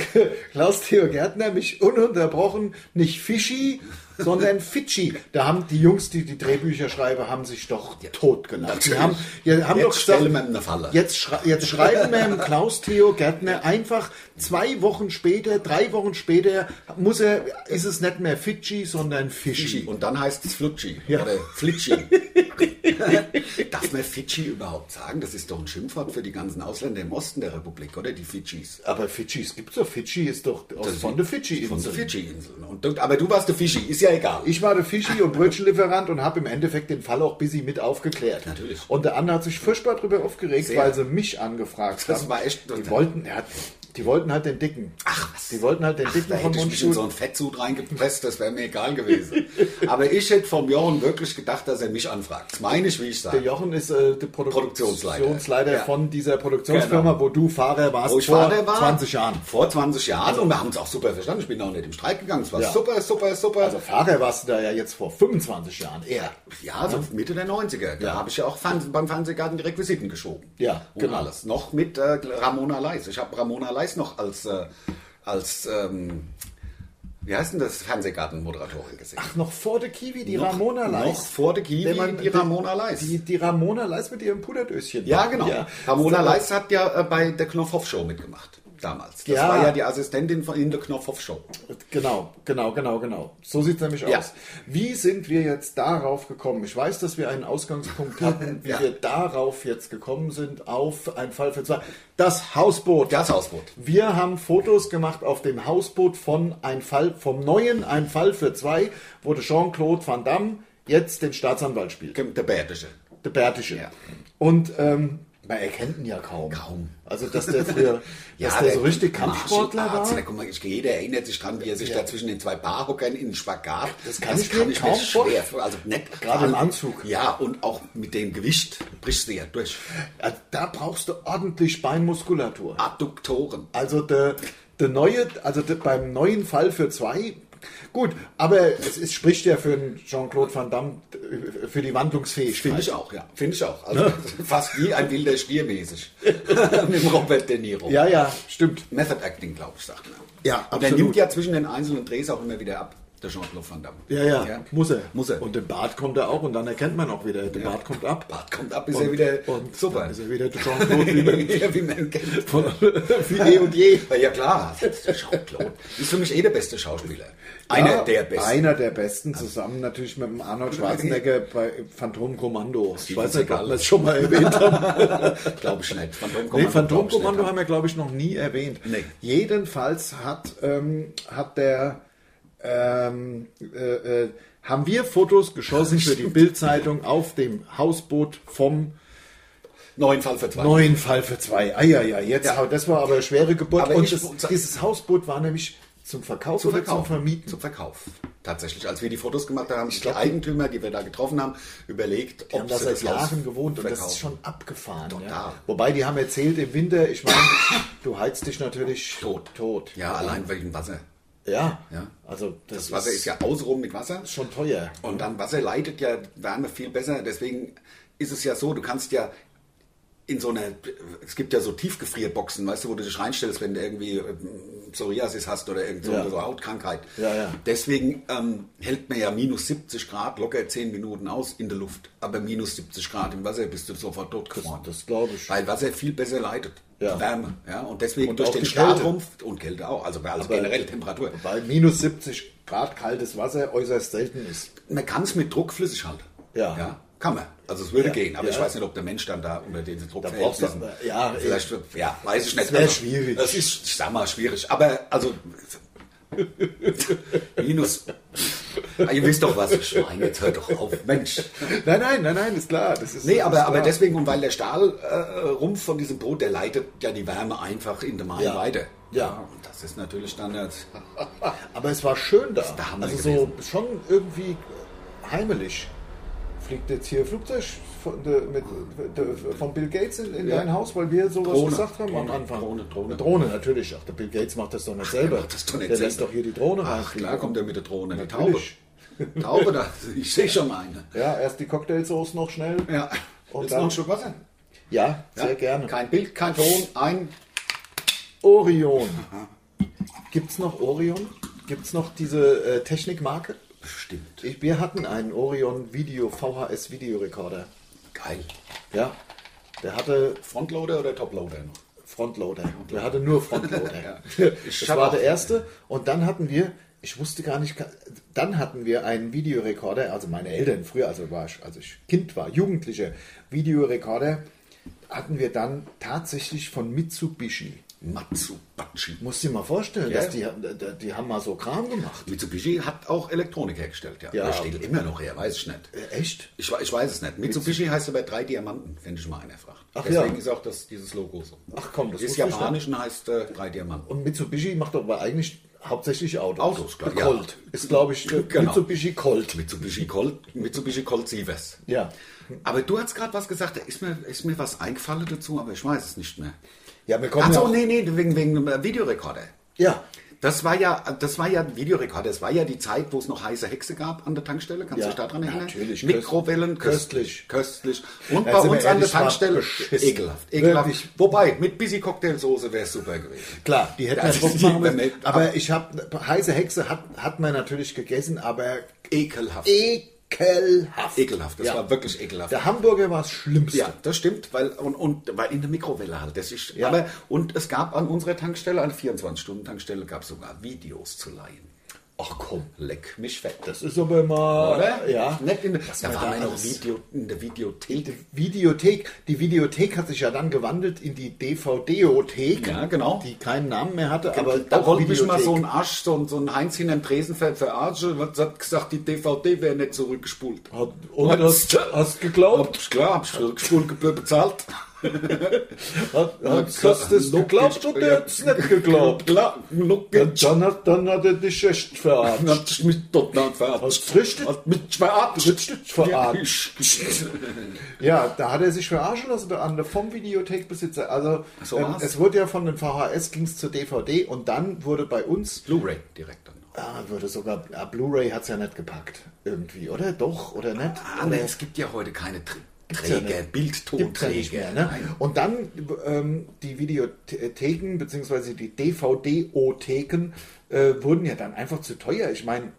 Klaus Theo Gärtner mich ununterbrochen nicht Fischi, sondern Fidschi. Da haben die Jungs, die die Drehbücher schreiben, haben sich doch tot gelacht. Die
natürlich.
haben, die haben
Jetzt
doch gesagt,
stellen wir ihm eine Falle.
Jetzt, schrei jetzt schreiben wir dem Klaus Theo Gärtner einfach zwei Wochen später, drei Wochen später, muss er, ist es nicht mehr Fidschi, sondern
Fischi.
Fischi.
Und dann heißt es Flutschi
Ja.
oder Flitschi. Darf man Fidschi überhaupt sagen? Das ist doch ein Schimpfwort für die ganzen Ausländer im Osten der Republik, oder? Die Fidschis.
Aber Fidschis gibt's doch. Fidschi ist doch aus von der Fidschi.
Von der Fidschi-Inseln. Und- Aber du warst der Fischi, ist ja egal.
Ich war der Fischi und Brötchenlieferant und habe im Endeffekt den Fall auch busy mit aufgeklärt.
Natürlich.
Und der andere hat sich furchtbar darüber aufgeregt,
Sehr.
weil sie mich angefragt
Das
haben.
war echt-
Die wollten, ja, die wollten halt den Dicken.
Ach, was?
Die wollten halt den Dicken
Da
vom
hätte ich mich in
Mundstuhl.
so einen Fettsud reingepresst, das wäre mir egal gewesen. Aber ich hätte vom Jochen wirklich gedacht, dass er mich anfragt. Das meine ich, wie ich
der
sage.
Jochen ist äh, der
Produktionsleiter.
Produktionsleiter
Ja.
von dieser Produktionsfirma,
Genau.
wo du Fahrer warst
Wo ich
vor
Vater war,
20 Jahren. Also-
Vor 20 Jahren. Und wir haben es auch super verstanden. Ich bin auch nicht im Streit gegangen. Es war
Ja.
super, super, super.
Also Fahrer warst du da ja jetzt vor 25 Jahren eher.
ja, so Mitte der 90er. Da habe ich ja auch Fernseh- beim Fernsehgarten die Requisiten geschoben.
Ja,
und
genau.
alles. Noch mit äh, Ramona Leis. Ich habe Ramona Leis noch als, äh, als ähm, wie heißt denn das, Fernsehgarten-Moderatorin gesehen.
Ach, noch vor der Kiwi, die
Noch-
Ramona Leis.
noch vor der Kiwi,
Wenn
die Ramona Leis.
Die, die Ramona Leis mit ihrem Puderdöschen.
Ja, genau. Ramona Leis hat ja äh, bei der Knopfhoff-Show mitgemacht damals. Das
Ja.
war ja die Assistentin von in der Knopfhoff-Show.
Genau, genau, genau, genau. So sieht es nämlich
Ja.
aus. Wie sind wir jetzt darauf gekommen? Ich weiß, dass wir einen Ausgangspunkt hatten, wie
Ja.
wir darauf jetzt gekommen sind, auf einen Fall für zwei. Das Hausboot.
Das Hausboot.
Wir haben Fotos gemacht auf dem Hausboot von ein Fall, vom neuen Ein Fall für zwei, wo der Jean-Claude Van Damme jetzt den Staatsanwalt spielt.
Der Bärdische.
Der Bertische.
Ja.
Und ähm, man erkennt ihn ja kaum. Kaum. Also, dass der früher, dass der so richtig Kampfsportler
Martial Arts,
war.
Da, guck mal, ich, jeder erinnert sich dran, wie er sich da zwischen den zwei Barhockern in den Spagat.
Das kann ich mir kaum
schwer. Also nicht,
Gerade im Anzug.
Ja, und auch mit dem Gewicht brichst du ja durch.
Ja, Da brauchst du ordentlich Beinmuskulatur.
Adduktoren.
Also der, der neue, also der, beim neuen Fall für zwei, gut, aber es ist, spricht ja für einen Jean-Claude Van Damme äh, für die Wandlungsfähigkeit.
Finde ich auch, ja. Finde ich auch. Also fast wie ein wilder Stier mäßig. mit dem Robert De Niro.
Ja, ja, stimmt.
Method Acting, glaube ich, sagt man.
Ja,
Und der
absolut.
nimmt ja zwischen den einzelnen Drehs auch immer wieder ab. Der Jean-Claude Van Damme.
Ja, ja,
Ja.
muss er.
Muss er.
Und den Bart kommt er auch und dann erkennt man auch wieder, der Bart kommt ab.
Bart kommt ab, ist
und,
er wieder
und
super.
dann Ist er wieder Jean-Claude wie man-
ja, wie man ihn kennt.
von wie eh und je.
Ja klar, Jean-Claude ist für mich eh der beste Schauspieler. Einer
Ja,
der besten.
Einer der besten, zusammen natürlich mit dem Arnold Schwarzenegger bei Phantom Kommando. Ich
Steven
weiß nicht, ob
Seagal.
wir es schon mal erwähnt haben.
Glaube ich nicht. Phantom
nee, Phantom
glaub ich
Kommando
nicht.
haben wir, glaube ich, noch nie erwähnt.
Nee.
Jedenfalls hat, ähm, hat der, ähm, äh, äh, haben wir Fotos geschossen für die Bildzeitung auf dem Hausboot vom
Neuen Fall für zwei.
neuen Fall für zwei. Ah, ja, ja, jetzt,
Ja.
das war aber eine schwere Geburt.
Aber
und
ich-
das, dieses Hausboot war nämlich zum Verkauf
Zum
oder
Verkauf.
zum Vermieten?
Zum Verkauf. Tatsächlich. Als wir die Fotos gemacht haben, haben sich die Eigentümer, die wir da getroffen haben, überlegt,
Die haben da
sie
seit
Haus
Jahren gewohnt und das
verkaufen.
ist schon abgefahren. Ja.
Total.
Wobei die haben erzählt, im Winter, ich meine, du heizt dich natürlich
tot.
tot.
Ja, allein wegen Wasser.
Ja.
Ja.
Also das,
Das Wasser ist ja außenrum mit Wasser.
schon teuer.
Und dann Wasser leitet ja Wärme viel besser. Deswegen ist es ja so, du kannst ja in so einer, es gibt ja so Tiefgefrierboxen, weißt du, wo du dich reinstellst, wenn du irgendwie ähm, Psoriasis hast oder irgend so
Ja.
so Hautkrankheit.
Ja, ja.
Deswegen ähm, hält man ja minus 70 Grad locker 10 Minuten aus in der Luft. Aber minus 70 Grad im Wasser bist du sofort totgefroren.
Das- das glaub ich.
Weil Wasser viel besser leitet.
Ja.
Wärme. Ja? Und deswegen
Und
durch
auch
den
die Kälte.
Stahlrumpf und Kälte auch. Also, also generell Temperatur.
Weil minus 70 Grad kaltes Wasser äußerst selten ist.
Man kann es mit Druck flüssig halten.
Ja.
Kann man. Also es würde gehen, aber
ja.
ich weiß nicht, ob der Mensch dann da unter diesen Druck
brauchst du- ja,
vielleicht, ja, weiß ich nicht.
wär schwierig.
Das ist, ich sag mal, schwierig. Aber also minus. Ah, ihr wisst doch, was ich meine. Jetzt hört doch auf, Mensch.
Nein, nein, nein, nein, ist klar. Das ist,
Nee,
ist
aber, aber
klar.
deswegen, und weil der Stahlrumpf äh, Rumpf von diesem Boot, der leitet ja die Wärme einfach in den Main
Ja.
weiter.
Ja.
und Das ist natürlich dann äh, jetzt.
Aber es war schön da.
der Hammer
also so schon irgendwie heimelig. Fliegt jetzt hier Flugzeug von, der- mit, der- von Bill Gates in, in
Ja.
dein Haus, weil wir sowas
Drohne.
gesagt haben am
Drohne,
Anfang.
Drohne, Drohne.
Drohne, natürlich. Ach, der Bill Gates macht das doch nicht selber.
macht das doch nicht
der lässt
selber.
doch hier die Drohne
Ach,
reinfliegen.
klar kommt er mit der Drohne. Eine Taube.
Natürlich.
Taube, da, ich sehe schon mal eine.
Ja, erst die Cocktailsauce noch schnell.
Ja.
Und
Willst du
dann-
noch einen Schluck Wasser?
Ja, sehr
Ja?
gerne.
Kein Bild, kein Ton, ein.
Orion. Gibt's noch Orion? Gibt's noch diese äh, Technikmarke?
Bestimmt.
Ich, wir hatten einen Orion Video VHS Videorekorder.
Geil.
Ja. Der hatte
Frontloader oder Toploader noch?
Frontloader. Der hatte nur Frontloader.
Ja.
Das
Ich
war
hab
der
auch-
erste. Und dann hatten wir, ich wusste gar nicht, dann hatten wir einen Videorekorder, also meine Eltern früher, also war ich, als ich Kind war, Jugendlicher, Videorekorder, hatten wir dann tatsächlich von Mitsubishi.
Matsubashi.
Musst dir mal vorstellen,
Ja.
dass die, die haben mal so Kram gemacht.
Mitsubishi hat auch Elektronik hergestellt, ja.
Ja.
Oder steht immer noch her, weiß ich nicht.
Äh, Echt?
Ich, we- ich weiß es nicht. Mitsubishi heißt aber drei Diamanten, wenn ich mal einer fragt.
Ach
Deswegen
ja.
ist auch das, dieses Logo so.
Ach komm, das
ist
wusste ich
japanisch und heißt äh, drei Diamanten.
Und Mitsubishi macht doch aber eigentlich hauptsächlich Autos.
Autos, klar, ja.
Colt. Ist, glaube ich, äh,
Genau.
Mitsubishi Colt.
Mitsubishi Colt, Mitsubishi Colt Sievers.
Ja.
Aber du hast gerade was gesagt, da ist mir, ist mir was eingefallen dazu, aber ich weiß es nicht mehr.
Ja, wir kommen
Ach so,
ja-
nee, nee, wegen, wegen dem äh, Videorekorder.
Ja.
Das war ja, das war ja ein Videorekorder. Das war ja die Zeit, wo es noch heiße Hexe gab an der Tankstelle. Kannst
Ja,
du dich daran erinnern?
natürlich.
Mikrowellen,
Köstlich.
köstlich. Und
Ja,
bei
sind wir
uns an der
ehrlich, war
Tankstelle
beschissen.
ekelhaft, ekelhaft.
Wirklich.
Wobei mit Busy Cocktailsoße wäre es super gewesen.
Klar, die hätten
Ja,
das Bock
die-
machen müssen.
aber-
Aber ich habe heiße Hexe hat, hat man natürlich gegessen, aber
Ekelhaft.
ekelhaft.
ekelhaft. Das
E- Ja.
war wirklich ekelhaft.
Der Hamburger war das Schlimmste.
Ja, das stimmt, weil und, und weil in der Mikrowelle halt. Das ist,
Ja.
aber, und es gab an unserer Tankstelle, an 24-Stunden-Tankstelle, gab es sogar Videos zu leihen. Ach komm, leck mich fett.
Das ist aber mal
oder?
Ja.
Nicht in der,
Was
da
man da
waren wir noch
alles-
Video, in der Videothek.
Videothek. Die Videothek hat sich ja dann gewandelt in die DVD-Othek.
Ja, genau.
Die keinen Namen mehr hatte, aber
Aber da
auch
wollte mich mal
Videothek.
so ein Arsch, so ein, so ein Heinz hinterm Tresen ver- verarschen, und hat gesagt, die DVD wäre nicht zurückgespult.
Hat- und hast- hast geglaubt?
Hab ich, klar, hab ich zurückgespult, gebühr bezahlt.
Hat, hat das das geglaubt oder hat's nicht geglaubt?
Klar, noch
Dann, dann, hat, dann hat er dich echt verarscht.
Hat sich mit total verarscht.
Hat's richtig?
Hat mich verarscht.
Richtig verarscht. Ja, da hat er sich verarschen lassen der andere vom Videothekbesitzer. Also
So
ähm,
war's.
es wurde ja von den VHS ging es zur DVD und dann wurde bei uns
Blu-ray direkt dann.
ah, wurde sogar ah, Blu-ray hat's ja nicht gepackt irgendwie, oder? Doch oder nicht?
Ah,
oder
nee, es gibt ja heute keine Tr
Gibt's ja
Träger,
nicht. Gibt's ja nicht
Bildtonträger.
mehr, ne?
Nein.
Und dann ähm, die Videotheken bzw. die DVD-Otheken äh, wurden ja dann einfach zu teuer. Ich meine,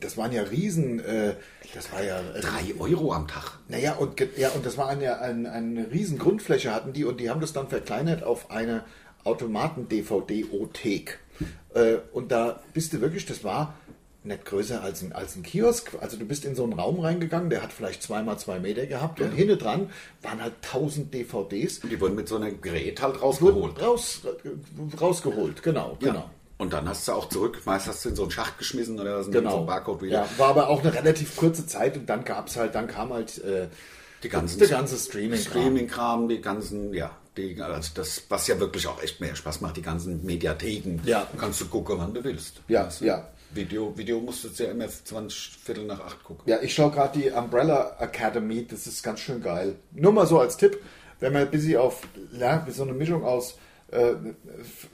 das waren ja Riesen, äh, das war ja, äh,
Drei Euro am Tag.
naja, und, ge- ja, und das war eine, ein, eine riesen Grundfläche hatten die und die haben das dann verkleinert auf eine Automaten-DVD-Othek. Äh, und da bist du wirklich, das war nicht größer als ein, als ein Kiosk. Also du bist in so einen Raum reingegangen, der hat vielleicht zweimal zwei Meter gehabt und hinten dran waren halt 1000 DVDs.
Die wurden mit so einem Gerät halt
Wurden
rausgeholt.
raus, äh, rausgeholt, genau, genau.
Und dann hast du auch zurück, meist hast du in so einen Schacht geschmissen oder was in so
Genau.
einen Barcode wieder.
ja, war aber auch eine relativ kurze Zeit und dann gab's halt, dann kam halt äh,
Die ganzen
der ganze Streaming.
Streaming-Kram, die ganzen, ja, die, also das, was ja wirklich auch echt mehr Spaß macht, die ganzen Mediatheken.
Ja.
Kannst du gucken, wann du willst.
Ja,
Weißt du?
ja.
Video, Video musstest du ja immer 20 Viertel nach acht gucken.
Ja, ich schaue gerade die Umbrella Academy, das ist ganz schön geil. Nur mal so als Tipp, wenn man ein bisschen auf ja, so eine Mischung aus äh,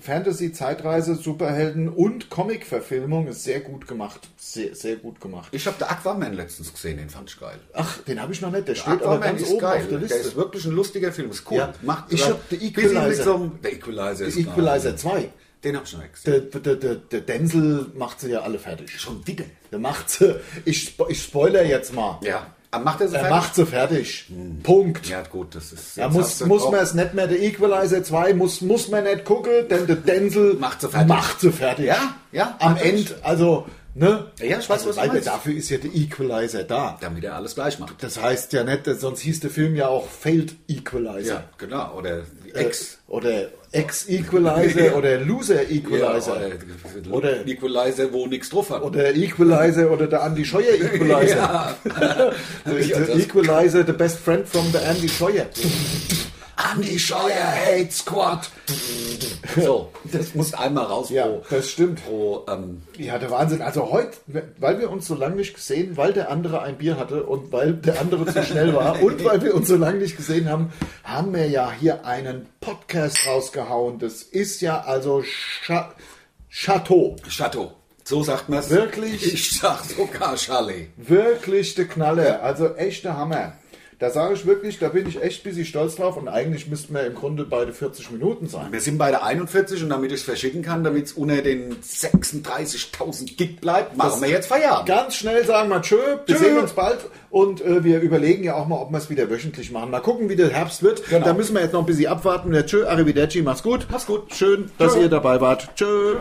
Fantasy, Zeitreise, Superhelden und Comic-Verfilmung ist sehr gut gemacht. Sehr, sehr gut gemacht.
Ich habe der Aquaman letztens gesehen, den fand ich geil.
Ach, den habe ich noch nicht, der steht aber
Aquaman
ganz
ist
oben
geil.
auf der
Der ist
Liste.
wirklich ein lustiger Film, ist cool.
Ja.
Macht
Ich
sogar-
hab The
bisschen mit
Equalizer.
so einem- Der Equalizer ist
Der Equalizer 2.
geil. Den hab ich schon nicht gesehen.
Der, der, der, der Denzel macht sie ja alle fertig.
Schon wieder.
Der macht sie. Ich, spo- ich spoiler jetzt mal.
Ja. Aber Ah, macht er so
Er
fertig?
macht sie fertig. Punkt.
Ja, gut, das ist.
Da
jetzt
muss,
hast du
muss
auch-
man es nicht mehr, der Equalizer 2 muss, muss man nicht gucken, denn der Denzel
Macht sie fertig.
Macht sie fertig.
Ja, ja,
Am
natürlich.
Ende, also, ne?
Ja, ich
also,
weiß, was du
weil
meinst.
dafür ist ja der Equalizer da.
Damit er alles gleich macht.
Das heißt ja nicht, dass- sonst hieß der Film ja auch Failed Equalizer.
Ja, genau. Oder die
Äh,
Ex.
Oder Ex-Equalizer
Ja.
oder
Ja,
Loser-Equalizer.
oder
oder,
Equalizer, wo nichts drauf hat.
oder Equalizer oder der Andy Scheuer Equalizer. the,
Ja, das-
the Equalizer, the best friend from the Andy Scheuer.
Andy Scheuer Hate Squad. so, das muss einmal raus
Ja,
pro,
das stimmt.
pro ähm,
Ja, der Wahnsinn. Also heute, weil wir uns so lange nicht gesehen, weil der andere ein Bier hatte und weil der andere zu schnell war und weil wir uns so lange nicht gesehen haben, haben wir ja hier einen Podcast rausgehauen. Das ist ja also Cha Chateau.
Chateau. So sagt man es.
Wirklich?
Ich sag sogar Chalet.
Wirklich der Knalle. Also echter Hammer. Da sage ich wirklich, da bin ich echt ein bisschen stolz drauf und eigentlich müssten wir im Grunde beide 40 Minuten sein.
Wir sind bei der 41 und damit ich es verschicken kann, damit es unter den 36.000 Gig bleibt, machen wir jetzt Feierabend.
Ganz schnell sagen wir Tschö, wir
Tschö.
sehen uns bald und äh, wir überlegen ja auch mal, ob wir es wieder wöchentlich machen. Mal gucken, wie der Herbst wird.
Genau.
Da müssen wir jetzt noch ein bisschen abwarten. Ja, Tschö, Arrivederci, mach's gut.
Mach's gut.
Schön, dass
Tschö.
ihr dabei wart. Tschö.